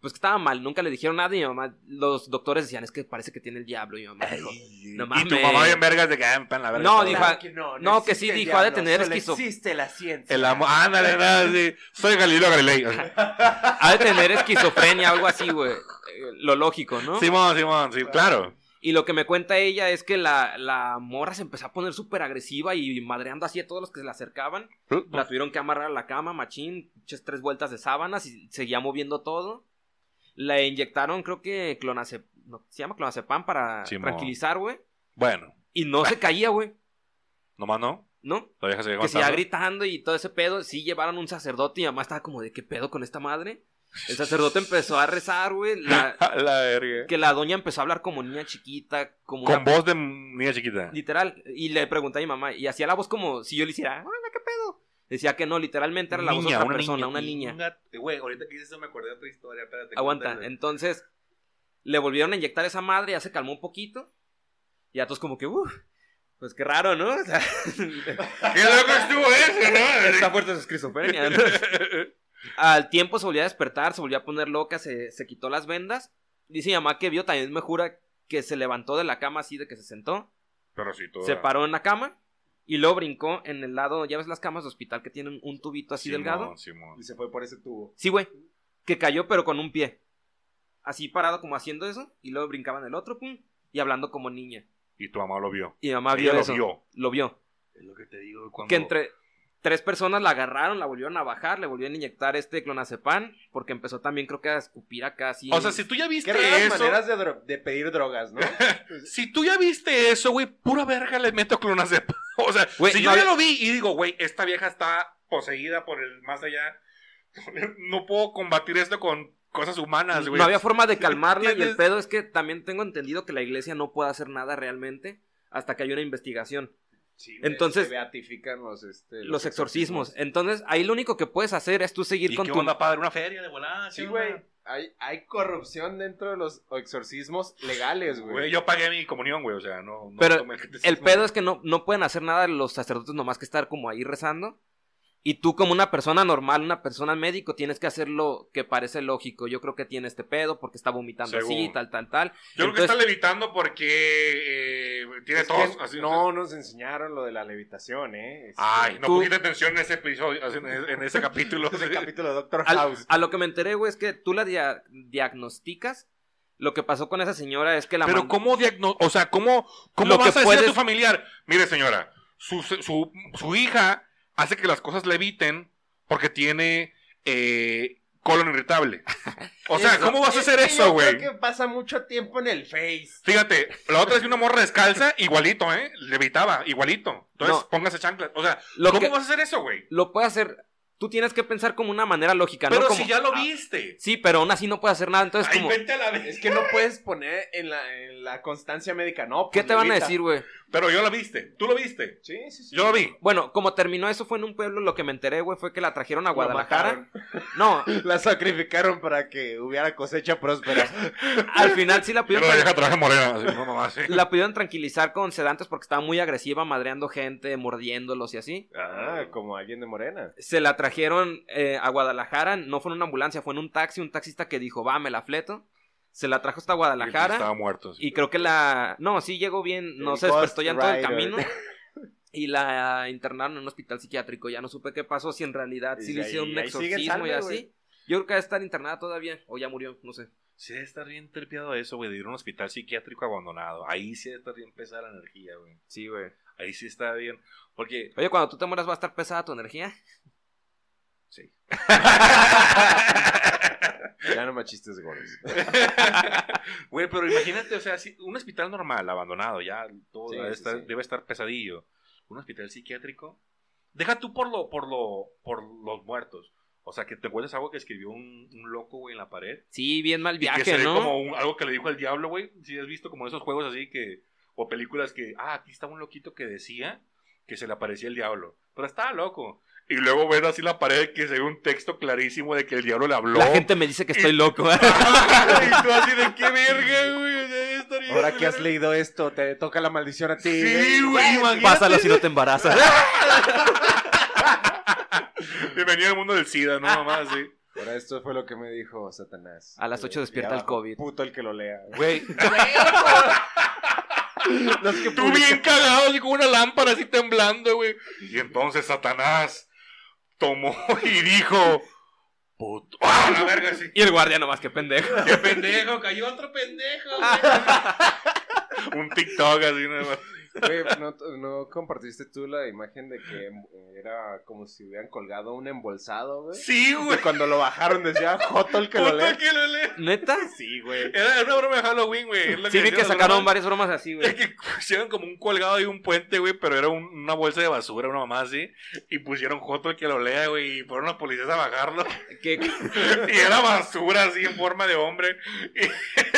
S2: pues que estaba mal, nunca le dijeron nada y mi mamá, los doctores decían, es que parece que tiene el diablo y mi mamá dijo, no
S1: y tu
S2: mames.
S1: mamá bien vergas de que ah, en plan, la verga.
S2: No,
S1: está
S2: dijo,
S1: bien.
S2: ah, no, que sí,
S3: existe el
S2: dijo, ha de
S3: diablo,
S2: tener
S3: solo
S2: esquizo-
S3: existe la ciencia.
S1: El amor, ándale, nada, sí. Soy Galileo Galilei.
S2: ha de tener esquizofrenia, algo así, güey, Eh, lo lógico, ¿no?
S1: Simón, Simón, sí, claro.
S2: Y lo que me cuenta ella es que la, la morra se empezó a poner súper agresiva y madreando así a todos los que se le acercaban. La tuvieron que amarrar a la cama, machín, pinches tres vueltas de sábanas y seguía moviendo todo. La inyectaron, creo que clonazep... no, se llama clonazepam para
S1: Simón.
S2: tranquilizar, güey.
S1: Bueno,
S2: Y no se caía, güey,
S1: nomás no.
S2: ¿no?
S1: La vieja se
S2: Que seguía gritando y todo ese pedo. Sí llevaron un sacerdote y mamá estaba como de qué pedo con esta madre. El sacerdote empezó a rezar, güey. La-
S1: La verga.
S2: que la doña empezó a hablar como niña chiquita, como una
S1: Con voz de niña chiquita.
S2: Literal. Y le pregunté a mi mamá. Y hacía la voz como si yo le hiciera, hola, ¿qué pedo? Decía que no, literalmente era la voz de
S1: Niña,
S2: otra
S1: una
S2: persona,
S1: niña.
S2: una niña.
S4: Chinga- Güey, ahorita que dices eso me acordé de otra historia. Espérate.
S2: Aguanta.
S4: cuéntale.
S2: Entonces, le volvieron a inyectar esa madre, ya se calmó un poquito. Y a todos como que, uff, pues qué raro, ¿no? O sea,
S1: ¡Qué loco estuvo eso,
S2: está fuerte su esquizofrenia. ¿no? Al tiempo se volvió a despertar, se volvió a poner loca, se, se quitó las vendas. Dice mi mamá que vio, también me jura que se levantó de la cama así de que se sentó.
S1: Pero sí, todo.
S2: Se paró en la cama y luego brincó en el lado, ya ves las camas de hospital que tienen un tubito así
S1: Simón,
S2: delgado.
S1: Simón.
S4: Y se fue por ese tubo.
S2: Sí, güey, que cayó pero con un pie. Así parado como haciendo eso y luego brincaba en el otro, pum, y hablando como niña.
S1: Y tu mamá lo vio.
S2: Y mi mamá
S1: Ella
S2: vio
S1: lo
S2: eso.
S1: vio.
S2: Lo vio.
S1: Es lo que te digo.
S2: Que entre tres personas la agarraron, la volvieron a bajar, le volvieron a inyectar este clonazepam porque empezó también creo que a escupir acá así.
S1: O sea, si tú ya viste
S4: Qué raras
S1: eso.
S4: maneras de, dro- de pedir drogas, ¿no?
S1: Si tú ya viste eso, güey, pura verga le meto clonazepam. O sea,
S2: Güey,
S1: si
S2: no
S1: yo ya
S2: había-
S1: lo vi y digo, güey, esta vieja está poseída por el más allá. No puedo combatir esto con cosas humanas, güey.
S2: No había forma de calmarla y el
S1: ¿Entiendes?
S2: pedo es que también tengo entendido que la iglesia no puede hacer nada realmente hasta que haya una investigación.
S4: Sí, güey,
S2: Entonces-
S4: se beatifican los, este,
S2: los exorcismos. Entonces, ahí lo único que puedes hacer es tú seguir
S1: ¿Y
S2: con
S1: qué
S2: tu.
S1: onda, padre? ¿Una feria de volada?
S4: Sí,
S1: ¿Qué
S4: güey.
S1: onda?
S4: Hay, hay corrupción dentro de los exorcismos legales,
S1: Güey,
S4: güey.
S1: yo pagué mi comunión, güey. O sea, no. no
S2: Pero
S1: tomé-
S2: El pedo es que no, no pueden hacer nada los sacerdotes nomás que estar como ahí rezando. Y tú, como una persona normal, una persona médico, tienes que hacer lo que parece lógico. Yo creo que tiene este pedo porque está vomitando así,
S1: Según.
S2: tal, tal, tal.
S1: Yo creo que
S2: entonces-
S1: está levitando porque eh, tiene
S4: Es que
S1: tos. así, Ah,
S4: no nos enseñaron lo de la levitación, ¿eh? Es-
S1: Ay, no
S2: Tú-
S1: pusiste atención en ese episodio, así, en, en ese capítulo.
S4: Es el capítulo de Doctor
S2: Al-
S4: House.
S2: a lo que me enteré, güey, es que tú la dia- diagnosticas. Lo que pasó con esa señora es que la
S1: Pero
S2: mand-
S1: cómo diagno o sea, cómo, cómo
S2: Lo
S1: vas
S2: que
S1: a decir a
S2: puedes-
S1: tu familiar, mire señora, su, su, su hija hace que las cosas le eviten porque tiene eh, colon irritable. O sea,
S2: Eso-
S1: ¿cómo vas a
S4: Es
S1: hacer
S4: que
S1: eso,
S4: yo
S1: güey?
S4: Creo que pasa mucho tiempo en el Face.
S1: Fíjate, la otra es una morra descalza, igualito, ¿eh? Le evitaba, igualito. Entonces,
S2: No.
S1: póngase chanclas. O sea,
S2: Lo
S1: ¿cómo
S2: que-
S1: vas a hacer eso, güey?
S2: lo puedes hacer. Tú tienes que pensar como una manera lógica, ¿no?
S1: Pero
S2: Como-
S1: si ya lo
S2: Ah,
S1: viste.
S2: sí, pero aún así no puedes hacer nada. Entonces,
S1: Ahí
S2: como,
S1: vente a la vez.
S4: Es que no puedes poner en la, en la constancia médica, no.
S2: ¿qué
S4: pues,
S2: te van a
S4: levita.
S2: decir, güey?
S1: Pero yo la viste, tú lo viste.
S4: Sí, sí, sí.
S1: Yo lo vi.
S2: Bueno, como terminó eso fue en un pueblo, lo que me enteré, güey, fue que la trajeron a
S4: Lo
S2: Guadalajara.
S4: mataron.
S2: No,
S4: La sacrificaron para que hubiera cosecha próspera.
S2: al final sí la
S1: Yo
S2: pudieron,
S1: la vieja traje morena, así, no mamá, sí.
S2: la pudieron tranquilizar con sedantes porque estaba muy agresiva, madreando gente, mordiéndolos y así.
S4: ah, como alguien de Morena.
S2: Se la trajeron eh, a Guadalajara, no fue en una ambulancia, fue en un taxi, un taxista que dijo, va, me la fleto. Se la trajo hasta Guadalajara
S1: Estaba muerto. sí.
S2: y creo que la... No, sí llegó bien, no
S4: El
S2: se despertó
S4: Ghost
S2: ya en todo el
S4: Rider.
S2: camino. Y la internaron en un hospital psiquiátrico, ya no supe qué pasó, si en realidad sí
S4: Y
S2: le
S4: ahí-
S2: hicieron un
S4: ahí sigue
S2: exorcismo y
S4: salve,
S2: así.
S4: güey.
S2: Yo creo que va a estar internada todavía, o ya murió, no sé.
S1: Sí debe estar bien terpiado eso, güey, de ir a un hospital psiquiátrico abandonado. Ahí sí debe estar bien pesada la energía, güey.
S2: Sí, güey.
S1: Ahí sí está bien. Porque...
S2: Oye, cuando tú te mueras va a estar pesada tu energía.
S1: Sí.
S4: Ya no me chistes goles.
S1: Güey, pero imagínate, o sea, si un hospital normal, abandonado, ya todo
S4: Sí,
S1: debe,
S4: sí,
S1: estar,
S4: sí.
S1: debe estar pesadillo. Un hospital psiquiátrico, deja tú por lo, por lo, por los muertos. O sea, que te encuentres algo que escribió un, un loco, güey, en la pared.
S2: Sí, bien mal
S1: Y que se
S2: viaje,
S1: ve
S2: ¿no?
S1: como un- algo que le dijo el diablo, güey. Si has visto como esos juegos así que. O películas que. Ah, aquí estaba un loquito que decía que se le aparecía el diablo. Pero estaba loco. Y luego ves así la pared que se ve un texto clarísimo de que el diablo le habló.
S2: La gente me dice que estoy loco. ¿eh?
S1: y tú así de qué verga, güey. O sea, debe estar bien
S4: Ahora que has
S1: culero.
S4: leído esto, te toca la maldición a ti. ¿eh?
S1: Sí, güey, imagínate.
S2: Pásalo si no te embarazas.
S1: Bienvenido al mundo del SIDA, ¿no? Mamá, sí.
S4: Por esto fue lo que me dijo Satanás.
S2: A las
S4: Eh,
S2: ocho
S4: y
S2: despierta
S4: abajo,
S2: el COVID.
S4: Puto el que lo lea. güey.
S1: Güey,
S3: Los que
S1: tú bien cagado, así con una lámpara así temblando, güey. Y entonces Satanás tomó y dijo: Puto. ¡Ah, la verga! Sí.
S2: Y el guardia nomás, que pendejo.
S1: ¡Qué pendejo! ¡Cayó otro pendejo! güey. Un TikTok así, nada más.
S4: Güey, ¿no, no compartiste tú la imagen de que eh, era como si hubieran colgado un embolsado, güey?
S1: Sí,
S4: Y
S1: güey.
S4: cuando lo bajaron decía Joto el que lo
S1: Puto
S4: lee.
S1: que lo lee.
S2: ¿Neta?
S4: Sí, güey.
S1: Era una broma de Halloween, güey. es lo
S2: Sí, vi
S1: decían
S2: que
S1: las
S2: sacaron
S1: bromas.
S2: varias bromas así,
S1: Es
S2: güey.
S1: que pusieron como un colgado de un puente, güey, pero era un- una bolsa de basura, una mamá así. Y pusieron Joto el que lo lea, güey, y fueron los policías a bajarlo.
S2: Que-
S1: Y era basura así en forma de hombre.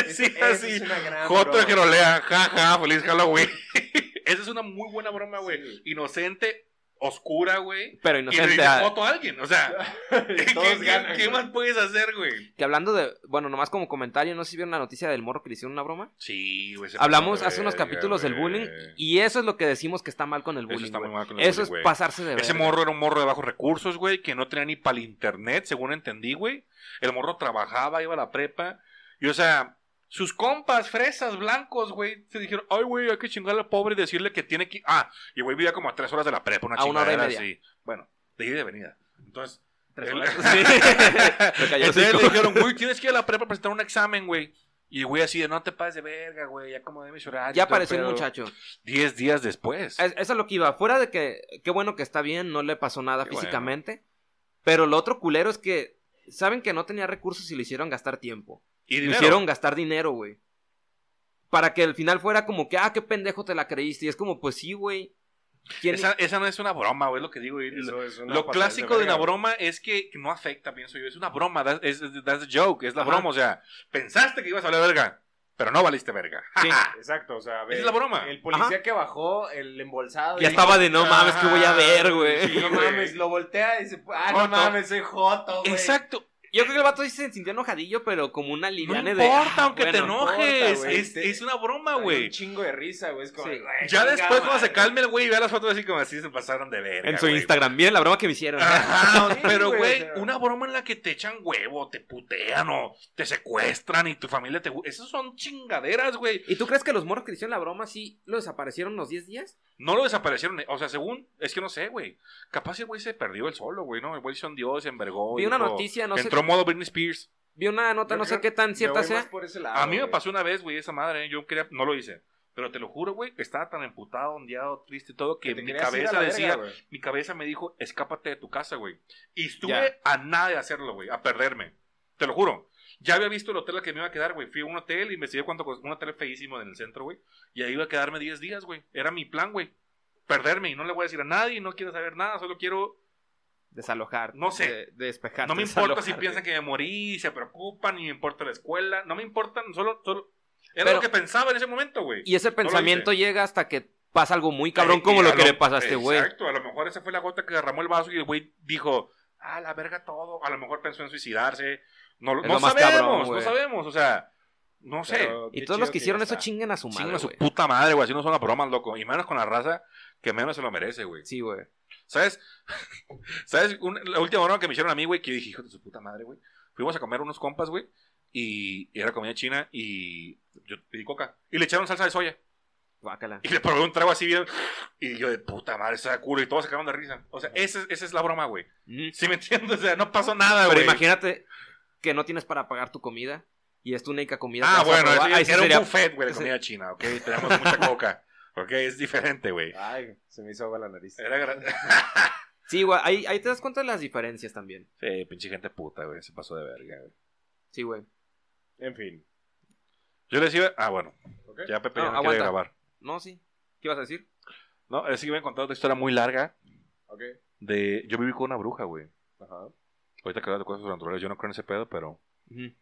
S1: Y sí,
S3: Esa es
S1: así.
S3: una gran
S1: Joto el
S3: broma.
S1: que lo lea, jaja, feliz Halloween. Esa es una muy buena broma, güey. Inocente, oscura, güey.
S2: Pero
S1: Y le
S2: inocente.
S1: dice
S2: ah,
S1: Joto a alguien, o sea, ¿qué,
S4: Todos
S1: qué-
S4: ganan,
S1: qué
S4: güey.
S1: más puedes hacer, güey?
S2: Que hablando de. Bueno, nomás como comentario, no sé si vieron la noticia del morro que le hicieron una broma.
S1: Sí, güey. se
S2: Hablamos
S1: pasó de
S2: hace unos
S1: verga,
S2: capítulos del
S1: güey.
S2: bullying. Y eso es lo que decimos que está mal con el
S1: Eso
S2: bullying.
S1: está muy
S2: güey.
S1: mal con el
S2: Eso
S1: bullying, güey.
S2: es pasarse de
S1: Ese
S2: verga.
S1: morro era un morro de bajos recursos, güey, que no tenía ni para el internet, según entendí, güey. El morro trabajaba, iba a la prepa. Y, o sea, sus compas, fresas, blancos, güey, se dijeron, ay, güey, hay que chingar al pobre y decirle que tiene que... Ah, y güey vivía como a tres horas de la prepa, una
S2: A una hora y
S1: chingadera
S2: media.
S1: así. Bueno, de ida y de venida. Entonces...
S2: Tres
S1: el-
S2: horas. Sí. Me cayó el
S1: Entonces le
S2: hocico.
S1: dijeron, güey, tienes que ir a la prepa a presentar un examen, güey. Y el güey así de, no te pases de verga, güey, ya como de mis horarios.
S2: Ya
S1: todo el
S2: apareció el
S1: pedo".
S2: muchacho.
S1: Diez días después.
S2: Es- Eso es lo que iba. Fuera de que, qué bueno que está bien, no le pasó nada
S1: Qué bueno.
S2: físicamente. Pero lo otro culero es que saben que no tenía recursos y le hicieron gastar tiempo.
S1: Y
S2: Le
S1: dinero.
S2: hicieron gastar dinero, güey. Para que al final fuera como que, ah, qué pendejo te la creíste. Y es como, pues sí, güey. ¿Quién-
S1: Esa, esa no es una broma, güey, es lo que digo. y-
S4: Eso es una
S1: Lo
S4: pasada
S1: clásico de
S4: verga,
S1: una
S4: güey.
S1: broma es que no afecta, pienso yo. Es una broma, that- es, that's a joke, es la
S2: Ajá.
S1: broma. O sea, pensaste que ibas a hablar verga, pero no valiste verga.
S3: Ah,
S2: Sí.
S4: Exacto, o sea,
S1: Esa es la broma.
S4: El policía que bajó el embolsado.
S2: Ya
S4: y-
S2: estaba de no mames, que voy a ver,
S1: Ah, Sí,
S2: güey.
S1: güey.
S3: No mames, lo voltea y dice, ah, no
S1: Joto.
S3: mames, soy Joto, güey.
S1: Exacto.
S2: Yo creo que el vato sí se sintió enojadillo, pero como una
S1: No
S2: liviane
S1: importa,
S2: de. "Ah,
S1: aunque te
S2: bueno".
S3: importa,
S1: enojes.
S3: güey.
S1: es, es una broma,
S3: Trae
S1: güey.
S3: Un chingo de risa, güey. Es como,
S2: Sí.
S3: güey,
S1: Ya
S3: chinga
S1: después, cuando
S3: madre.
S1: se calme el güey y vea las fotos así como así, se pasaron de verga.
S2: En su
S1: güey. Ah.
S2: Instagram, bien la broma que me hicieron.
S1: Ajá,
S3: Sí,
S1: pero
S3: güey,
S1: güey,
S3: o sea.
S1: una broma en la que te echan huevo, te putean o te secuestran y tu familia te... Esas son chingaderas, güey.
S2: ¿Y tú crees que los morros que le hicieron la broma sí lo desaparecieron los 10 días?
S1: No lo desaparecieron. eh, O sea, según. Es que no sé, güey. Capaz el güey se perdió el solo, güey, ¿no? El güey se hundió, se envergó.
S2: Vi
S1: y
S2: una
S1: dijo-
S2: noticia, no sé-
S1: Entró modo Britney Spears.
S2: Vi una nota,
S4: Yo
S2: no sé
S4: creo-
S2: qué tan
S4: yo
S2: cierta
S4: voy más
S2: sea.
S4: por ese lado,
S1: A mí
S4: Ah,
S1: me
S4: güey.
S1: pasó una vez, güey, esa madre. ¿eh? Yo quería. No lo hice. Pero te lo juro, güey. Estaba tan emputado, ondeado, triste y todo que
S4: te
S1: mi
S4: querías ir a
S1: cabeza
S4: la verga,
S1: decía.
S4: güey.
S1: mi cabeza me dijo, escápate de tu casa, güey. Y estuve
S4: Ya.
S1: a nada de hacerlo, güey. A perderme. Te lo juro. Ya había visto el hotel al que me iba a quedar, güey. Fui a un hotel, investigué cuánto costó. Un hotel feísimo en el centro, güey. Y ahí iba a quedarme 10 días, güey. Era mi plan, güey. Perderme y no le voy a decir a nadie, no quiero saber nada, solo quiero.
S2: Desalojar.
S1: No sé.
S2: de- despejar.
S1: No me importa si
S2: desalojar.
S1: piensan que me morí, se preocupan, ni me importa la escuela, no me importan, solo. solo... Era
S2: Pero-
S1: lo que pensaba en ese momento, güey.
S2: Y ese
S1: lo
S2: pensamiento llega hasta que pasa algo muy
S1: Eh,
S2: cabrón como
S1: y
S2: lo
S1: a
S2: que le pasa a este güey.
S1: Exacto, a lo mejor esa fue la gota que derramó el vaso y el güey dijo, ah, la verga todo. A lo mejor pensó en suicidarse. No, lo-
S2: Es
S1: no
S2: lo más
S1: sabemos,
S2: cabrón,
S1: no
S2: güey.
S1: sabemos, o sea, no sé.
S4: Pero
S2: Y
S4: qué
S2: todos
S4: chido
S2: los que hicieron
S4: ya
S2: eso
S4: está.
S2: chingan a su
S1: Chingan
S2: madre,
S1: a su
S2: güey.
S1: puta madre, güey, así no son las bromas, loco. Y menos con la raza que menos se lo merece, güey.
S2: Sí, güey.
S1: ¿Sabes? ¿Sabes? Un- la última broma que me hicieron a mí, güey, que yo dije, hijo de su puta madre, güey. Fuimos a comer unos compas, güey. Y y era comida china y yo pedí coca. Y le echaron salsa de soya.
S2: Guácala.
S1: Y le probé un trago así bien. Y yo de puta madre, está de culo. Y todos se quedaron de risa. O sea, esa, es- esa es la broma, güey.
S2: Mm.
S1: ¿Sí me entiendes? O sea, no pasó nada,
S2: Pero
S1: güey.
S2: imagínate que no tienes para pagar tu comida y es tu única comida.
S1: Ah,
S2: que vas a
S1: bueno,
S2: probar.
S1: ese-
S2: Ahí sí
S1: era
S2: sería-
S1: un buffet, güey, de
S2: ese-
S1: comida china, ¿ok? Tenemos mucha coca. ¿Ok? Es diferente, güey.
S4: Ay, se me hizo agua la nariz.
S1: Era grande.
S2: Sí, güey. Ahí, ahí te das cuenta de las diferencias también.
S1: Sí, pinche gente puta, güey. Se pasó de verga, güey.
S2: Sí, güey.
S4: En fin.
S1: Yo les iba. Ah, bueno.
S4: ¿ok?
S1: Ya Pepe
S2: No,
S1: ya no quiere
S2: aguanta.
S1: grabar.
S2: No, sí. ¿Qué ibas a decir?
S1: No, es que me he contado otra historia muy larga
S4: Ok.
S1: de. Yo viví con una bruja, güey.
S4: Ajá.
S1: Ahorita que hablas de cosas sobrenaturales, yo no creo en ese pedo, pero.
S2: Ujú.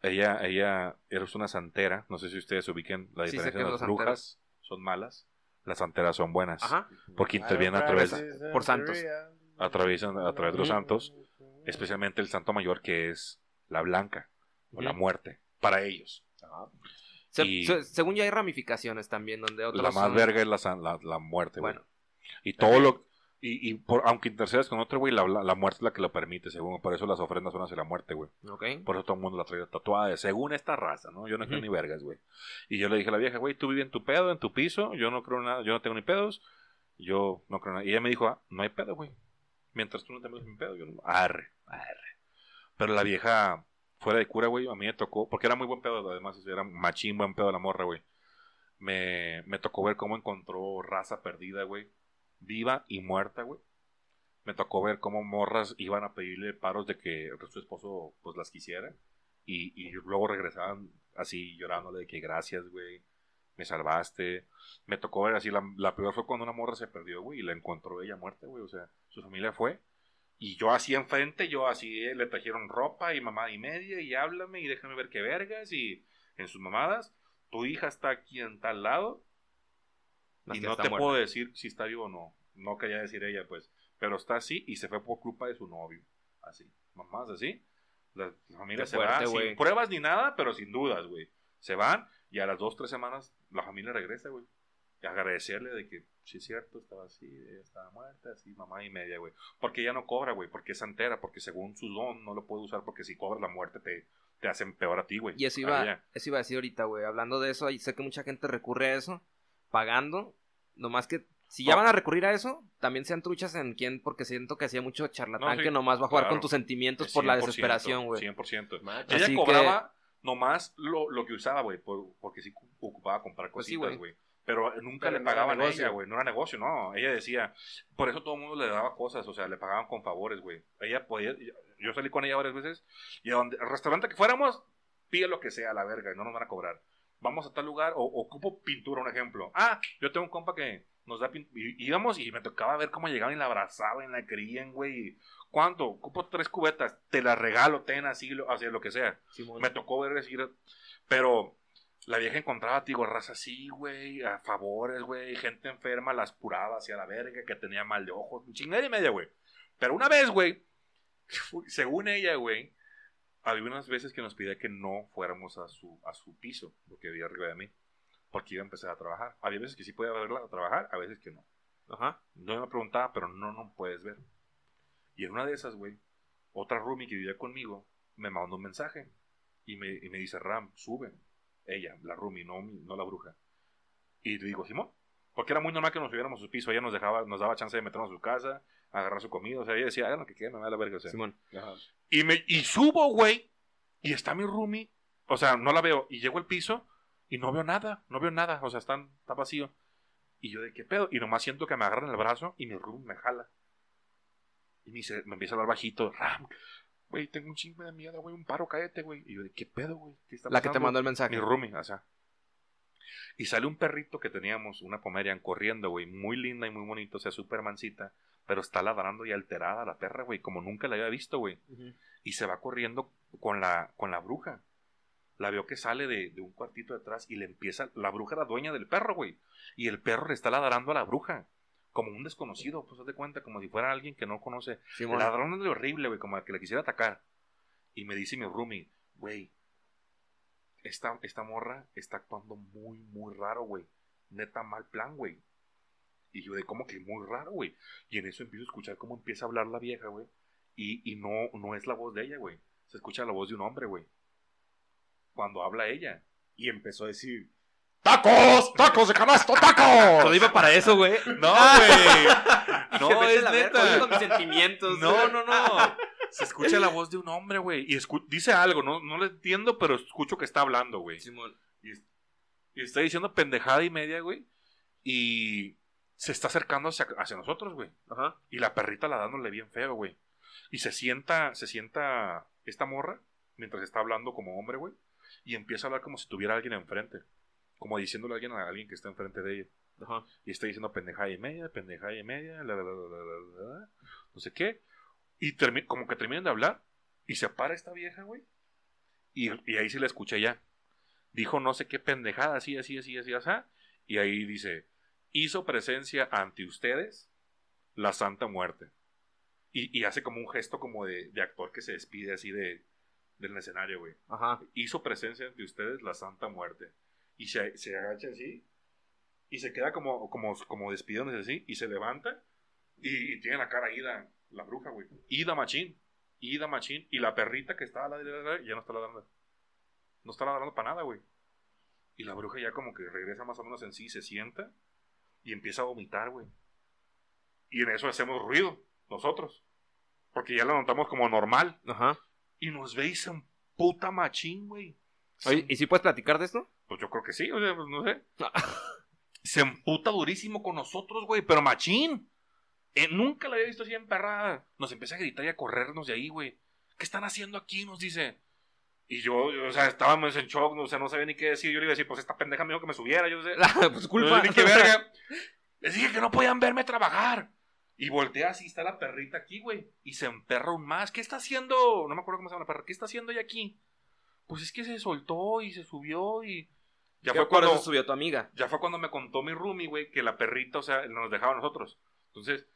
S1: Ella, ella era una santera. No sé si ustedes ubiquen la
S2: Sí, sé
S1: diferencia
S2: que
S1: entre
S2: son
S1: las
S2: las
S1: brujas. Son malas. Las santeras son buenas.
S2: Ajá.
S1: Porque
S3: Ah,
S1: intervienen a través,
S2: por santos.
S1: atraviesan a través de los
S2: Ujú.
S1: santos. Especialmente el santo mayor que es la blanca o la
S2: Ujú. Ah,
S1: muerte. Para ellos.
S4: Ajá.
S2: Se-
S1: Y-
S2: se- según yo hay ramificaciones también donde otros
S1: la más
S2: son-
S1: verga es la, san- la, la muerte, güey.
S2: Bueno.
S1: Y todo lo, Y, y por, aunque intercedas con otro, güey, la, la- la muerte es la que lo permite, según. Por eso las ofrendas son hacia la muerte, güey.
S2: Ok.
S1: Por eso todo el mundo la trae tatuada, según esta raza, ¿no? Yo no creo
S2: Ujú.
S1: ni vergas, güey. Y yo le dije a la vieja, güey, tú vives en tu pedo, en tu piso, yo no creo nada, yo no tengo ni pedos, yo no creo nada. Y ella me dijo, ah, no hay pedo, güey. Mientras tú no te metas en mi pedo, yo no. Arre, arre. Pero la vieja, fuera de cura, güey, a mí me tocó, porque era muy buen pedo, además, o sea, era machín, buen pedo la morra, güey. Me, me tocó ver cómo encontró raza perdida, güey, viva y muerta, güey me tocó ver cómo morras iban a pedirle paros de que su esposo pues las quisiera y, y luego regresaban así llorándole de que gracias, güey, me salvaste. Me tocó ver así, la, la peor fue cuando una morra se perdió, güey, y la encontró ella muerta, güey, o sea, su familia fue. Y yo así enfrente, yo así eh, le trajeron ropa y mamá y media y háblame y déjame ver qué vergas y en sus mamadas, tu hija está aquí en tal lado
S2: Las
S1: y
S2: que
S1: no
S2: están
S1: te
S2: muertas.
S1: puedo decir si está vivo o no. No quería decir ella, pues. Pero está así y se fue por culpa de su novio. Así. Mamás así. La familia
S2: Qué
S1: se
S2: fuerte,
S1: va
S2: güey.
S1: sin pruebas ni nada, pero sin dudas, güey. Se van y a las dos, tres semanas la familia regresa, güey. Y agradecerle de que, sí es cierto, estaba así, ella estaba muerta, así, mamá y media, güey. Porque ella no cobra, güey, porque es santera, porque según su don no lo puede usar, porque si cobras la muerte te, te hacen peor a ti, güey.
S2: Y
S1: A
S2: eso iba,
S1: ella.
S2: eso iba a decir ahorita, güey. Hablando de eso, y sé que mucha gente recurre a eso, pagando. Nomás que si ya
S1: Ah.
S2: van a recurrir a eso, también sean truchas en quién, porque siento que hacía mucho charlatán
S1: No, sí,
S2: que nomás va a jugar con
S1: claro.
S2: tus sentimientos por la
S1: 100%,
S2: desesperación, güey.
S1: 100%.
S3: Macho.
S1: Ella
S2: Así
S1: cobraba nomás lo, lo que usaba, güey, por- porque sí cu- ocupaba comprar
S2: Pues sí,
S1: cositas,
S2: güey.
S1: güey. Pero nunca
S4: Pero
S1: le
S4: no era
S1: pagaban a
S4: negocio.
S1: ella, güey. No era negocio, no. Ella decía, por eso todo el mundo le daba cosas, o sea, le pagaban con favores, güey. Ella podía, yo salí con ella varias veces y a donde, al restaurante que fuéramos, pide lo que sea a la verga y no nos van a cobrar. Vamos a tal lugar o ocupo pintura, un ejemplo. Ah, yo tengo un compa que nos da pintura. Íbamos y me tocaba ver cómo llegaban y la abrazaban y la querían, güey. y, ¿Cuánto? Ocupo tres cubetas, te las regalo, ten así, lo, así, lo que sea. Me tocó ver decir, pero la vieja encontraba, te digo, raza así, güey, a favores, güey, gente enferma, las curaba hacia la verga, que tenía mal de ojos, chingada y media, güey. Pero una vez, güey, según ella, güey, había unas veces que nos pedía que no fuéramos a su, a su piso, lo que había arriba de mí, porque iba a empezar a trabajar. Había veces que sí podía verla a trabajar, a veces que no.
S2: Ajá.
S1: No me preguntaba, pero no, no puedes ver. Y en una de esas, güey, otra roomie que vivía conmigo me mandó un mensaje y me, y me dice, Ram, sube. Ella, la roomie, no, mi- no la bruja. Y le digo, Simón, porque era muy normal que nos subiéramos a su piso. Ella nos dejaba, nos daba chance de meternos a su casa, agarrar su comida. O sea, ella decía, hagan lo que quieran, me da la verga. O sea,
S2: Simón.
S4: Ajá.
S1: y, me, y subo, güey. Y está mi roomie. O sea, no la veo. Y llego al piso y no veo nada. No veo nada. O sea, están, está vacío. Y yo de qué pedo. Y nomás siento que me agarran el brazo y mi roomie me jala. Y me, dice, me empieza a hablar bajito. Ram, güey, tengo un chingo de miedo, güey. Un paro, cállate, güey. Y yo de qué pedo, güey. ¿Qué está
S2: La que te
S1: pasando?"
S2: mandó el mensaje.
S1: Mi roomie, o sea. Y sale un perrito que teníamos, una pomerian, corriendo, güey. Muy linda y muy bonito, o sea, supermancita. Pero está ladrando y alterada la perra, güey. Como nunca la había visto, güey
S2: Ujú.
S1: y se va corriendo con la, con la bruja. La veo que sale de, de un cuartito de atrás y le empieza. La bruja era dueña del perro, güey. Y el perro le está ladrando a la bruja. Como un desconocido, pues haz de cuenta, como si fuera alguien que no conoce.
S2: Simón.
S1: Ladrándole horrible, güey, como al que le quisiera atacar. Y me dice mi roomie, güey, esta, esta morra está actuando muy, muy raro, güey. Neta, mal plan, güey. Y yo de como que muy raro, güey. Y en eso empiezo a escuchar cómo empieza a hablar la vieja, güey. Y, y no, no es la voz de ella, güey. Se escucha la voz de un hombre, güey. Cuando habla ella.
S4: Y empezó a decir,
S1: ¡Tacos! ¡Tacos de canasto! ¡Tacos!
S2: Todo iba para eso, güey.
S1: No, güey.
S2: Dije,
S1: No,
S2: vete
S1: es
S2: a la verga,
S1: neta.
S2: voy con mis sentimientos.
S1: No, no, no. Se escucha la voz de un hombre, güey. Y escu- dice algo, no, no lo entiendo, pero escucho que está hablando, güey.
S2: Simón.
S1: Y, es- y está diciendo pendejada y media, güey. Y se está acercando hacia, hacia nosotros, güey.
S2: Ajá.
S1: Y la perrita la dándole bien feo, güey. Y se sienta, se sienta esta morra mientras está hablando como hombre, güey. Y empieza a hablar como si tuviera alguien enfrente. Como diciéndole a alguien a alguien que está enfrente de ella
S2: Ajá.
S1: y está diciendo pendejada y media, pendejada y media, la, la, la, la, la, la, la, no sé qué. Y termi- como que terminan de hablar y se para esta vieja, güey. Y, y ahí sí la escuché ya. Dijo no sé qué pendejada, así, así, así, así, así. Y ahí dice, hizo presencia ante ustedes la Santa Muerte. Y, y hace como un gesto como de, de actor que se despide así de, del escenario, güey
S2: Ajá.
S1: hizo presencia ante ustedes la Santa Muerte. Y se, se agacha así, y se queda como, como, como despidiéndose así, y se levanta, Y, y tiene la cara ida, la bruja, güey. Ida machín. Ida machín. Y la perrita que estaba ladrando, ladrando, ya no está ladrando. No está ladrando para nada, güey. Y la bruja ya como que regresa más o menos en sí, se sienta y empieza a vomitar, güey. Y en eso hacemos ruido, nosotros. Porque ya la notamos como normal.
S2: Ajá.
S1: Y nos veis en puta machín, güey.
S2: Oye, ¿y si puedes platicar de esto?
S1: Pues yo creo que sí, o sea, pues no sé. Se emputa durísimo con nosotros, güey, pero machín. Eh, nunca la había visto así emperrada. Nos empieza a gritar y a corrernos de ahí, güey. ¿Qué están haciendo aquí? Nos dice. Y yo, yo, o sea, estábamos en shock, no, o sea, no sabía ni qué decir. Yo le iba a decir, pues esta pendeja me dijo que me subiera, yo no sé.
S2: pues culpa.
S1: No sé ni qué verga. Les dije que no podían verme trabajar. Y voltea así, está la perrita aquí, güey. Y se emperra aún más. ¿Qué está haciendo? No me acuerdo cómo se llama la perra. ¿Qué está haciendo ella aquí? Pues es que se soltó y se subió y... Ya
S2: Ya
S1: fue,
S2: fue cuando
S1: cuando,
S2: eso subió tu amiga.
S1: ya fue cuando me contó mi roomie, güey, que la perrita, o sea, nos dejaba a nosotros. Entonces,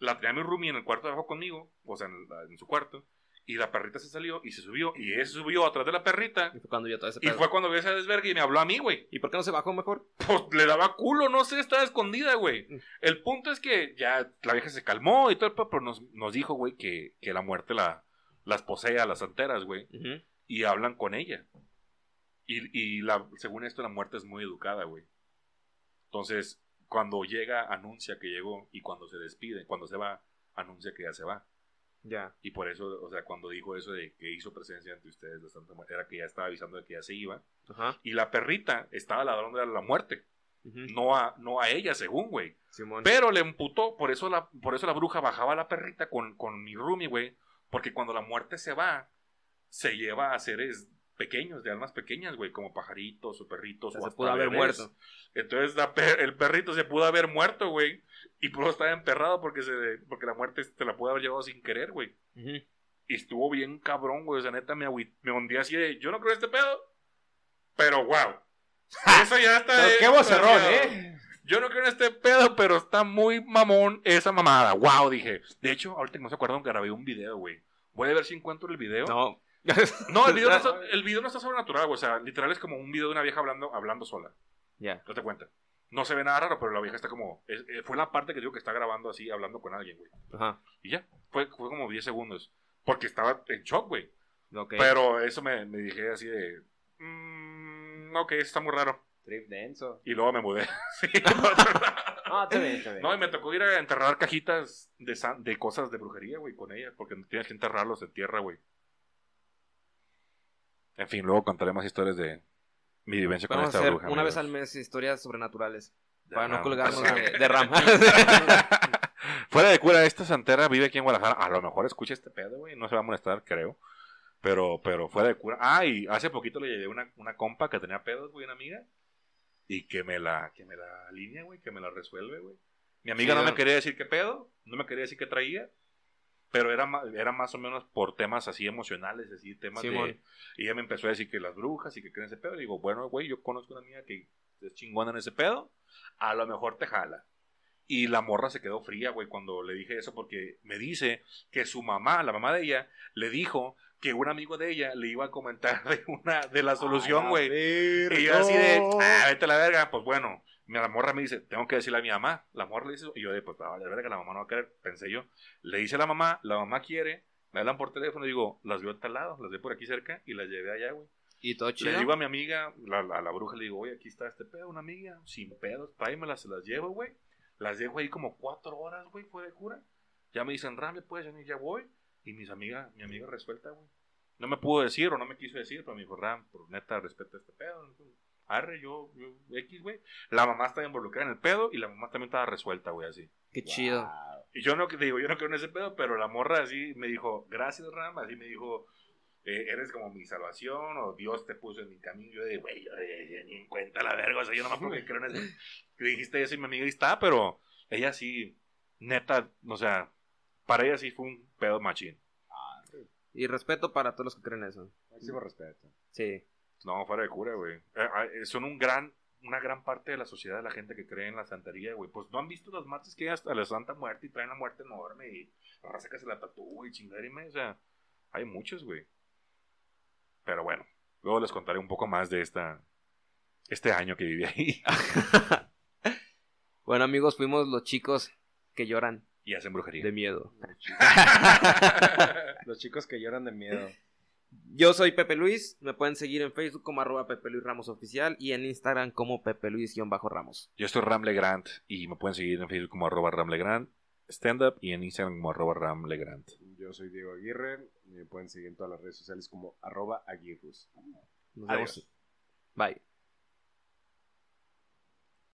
S1: la tenía mi roomie en el cuarto de abajo conmigo, o sea, en, el- en su cuarto. Y la perrita se salió y se subió. Y ella se subió atrás de la perrita.
S2: Y fue cuando yo todo ese
S1: Y
S2: pedo.
S1: fue cuando vi ese desvergue y me habló a mí, güey.
S2: ¿Y por qué no se bajó mejor?
S1: Pues le daba culo, no sé, estaba escondida, güey. El punto es que ya la vieja se calmó y todo, el pedo, pero nos, nos dijo, güey, que, que la muerte la, las posee a las anteras, güey.
S2: Ujú.
S1: Y hablan con ella. Y, y la, según esto, la muerte es muy educada, güey. Entonces, cuando llega, anuncia que llegó. Y cuando se despide, cuando se va, anuncia que ya se va.
S2: Ya.
S1: Y por eso, o sea, cuando dijo eso de que hizo presencia ante ustedes, la Santa Muerte, era que ya estaba avisando de que ya se iba.
S2: Ajá.
S1: Y la perrita estaba ladrando a la muerte
S2: Ujú.
S1: no a, no a ella, según, güey.
S2: Simón.
S1: Pero le emputó, por eso la, por eso la bruja bajaba a la perrita con, con mi roomie, güey. Porque cuando la muerte se va, se lleva a seres pequeños, de almas pequeñas, güey, como pajaritos o
S2: O
S1: perritos.
S2: sea,
S1: o
S2: se
S1: hasta
S2: pudo haber
S1: bebés.
S2: muerto.
S1: Entonces la per- el perrito se pudo haber muerto, güey. Y por eso estaba emperrado porque, se, porque la muerte te la pudo haber llevado sin querer, güey.
S2: Ujú.
S1: Y estuvo bien cabrón, güey. O sea, neta, me, agüi- me hundí así de, yo no creo en este pedo. Pero wow. Eso ya está.
S4: Pero
S1: de-
S4: qué vocerrón,
S1: demasiado.
S4: ¿eh?
S1: Yo no quiero este pedo, pero está muy mamón esa mamada. Wow, dije. De hecho, ahorita que no se acuerdan que grabé un video, güey. Voy a ver si encuentro el video. No,
S2: No.
S1: el, video no está, el video no está sobrenatural, güey. O sea, literal es como un video de una vieja hablando, hablando sola.
S2: Ya.
S1: No te cuenta. No se ve nada raro, pero la vieja está como. es- eh, fue la parte que digo que está grabando así, hablando con alguien, güey.
S2: Ajá.
S1: Y ya. Fue, fue como 10 segundos. Porque estaba en shock, güey.
S2: Ok.
S1: Pero eso me, me dije así de. "Mm, ok, eso está muy raro.
S4: Trip denso.
S1: Y luego me mudé. Sí,
S4: Ah, está bien, está bien.
S1: No, y me tocó ir a enterrar cajitas de, san- de cosas de brujería, güey, con ella, porque tienes que enterrarlos en tierra, güey. En fin, luego contaré más historias de mi vivencia con
S2: Vamos a
S1: esta
S2: hacer
S1: bruja.
S2: una
S1: amigos.
S2: vez al mes historias sobrenaturales.
S1: De
S2: para no
S1: nada.
S2: colgarnos de, de ramas.
S1: Fuera de cura, esta santera vive aquí en Guadalajara. A lo mejor escucha este pedo, güey, no se va a molestar, creo. Pero, pero fuera de cura. Ah, y hace poquito le llevé una, una compa que tenía pedos, güey, una amiga. Y que me la, que me la alinea, güey, que me la resuelve, güey. Mi amiga
S2: Sí,
S1: no me
S2: ¿no?
S1: quería decir qué pedo, no me quería decir qué traía. Pero era, ma- era más o menos por temas así emocionales, así temas de...
S2: Simón.
S1: Y ella me empezó a decir que las brujas y que creen ese pedo. Y digo, bueno, güey, yo conozco una amiga que es chingona en ese pedo. A lo mejor te jala. Y la morra se quedó fría, güey, cuando le dije eso, porque me dice que su mamá, la mamá de ella, le dijo que un amigo de ella le iba a comentar de una de la
S4: Ah,
S1: solución, güey. Y yo así de, ah, vete a la verga, pues bueno. mi- La morra me dice, tengo que decirle a mi mamá. La morra le dice, eso. y yo de, pues la verga, la mamá no va a querer, pensé yo. Le dice a la mamá, la mamá quiere, me hablan por teléfono, digo, las veo a tal lado, las veo por aquí cerca y las llevé allá, güey.
S2: y todo
S1: Le
S2: chido.
S1: digo a mi amiga, la- la- a la bruja, le digo, oye, aquí está este pedo, una amiga, sin pedos, tráemelas, se las llevo, güey. Las dejo ahí como cuatro horas, güey, fuera de cura. Ya me dicen, Ram, ¿me puedes venir? Ya voy. Y mis amigas, mi amiga resuelta, güey. No me pudo decir o no me quiso decir, pero me dijo, Ram, por neta, respeta este pedo. Arre, yo, yo, X, güey. La mamá estaba involucrada en el pedo y la mamá también estaba resuelta, güey, así.
S2: Qué chido.
S1: Y yo no, te digo, yo no creo en ese pedo, pero la morra así me dijo, gracias, Ram, así me dijo, eh, eres como mi salvación, o Dios te puso en mi camino. Yo de, güey, yo de- de- ni en cuenta la verga, o sea, yo nomás porque creo en ese. Que dijiste eso y mi amiga y está, pero ella sí, neta, o sea, para ella sí fue un pedo machín.
S2: Y respeto para todos los que creen eso.
S4: Máximo respeto.
S2: Sí.
S1: No, fuera de cura, güey. Eh, ah, eh, son un gran, una gran parte de la sociedad, la gente que cree en la santería, güey. Pues no han visto las marchas que hay hasta la Santa Muerte y traen la muerte enorme y la raza que se la tatúa y chingar y me- O sea, hay muchos, güey. Pero bueno, luego les contaré un poco más de esta, este año que viví ahí.
S2: Bueno, amigos, fuimos los chicos que lloran.
S1: y hacen brujería.
S2: de miedo.
S3: Los chicos que lloran de miedo.
S2: Yo soy Pepe Luis, me pueden seguir en Facebook como arroba Pepe Luis Ramos Oficial y en Instagram como Pepe Luis-Ramos.
S1: Yo estoy Ram Legrand y me pueden seguir en Facebook como arroba Ram Legrand, stand up y en Instagram como arroba Ram Legrand.
S3: Yo soy Diego Aguirre. y Me pueden seguir en todas las redes sociales como arroba aguirrus.
S2: Nos vemos. Bye.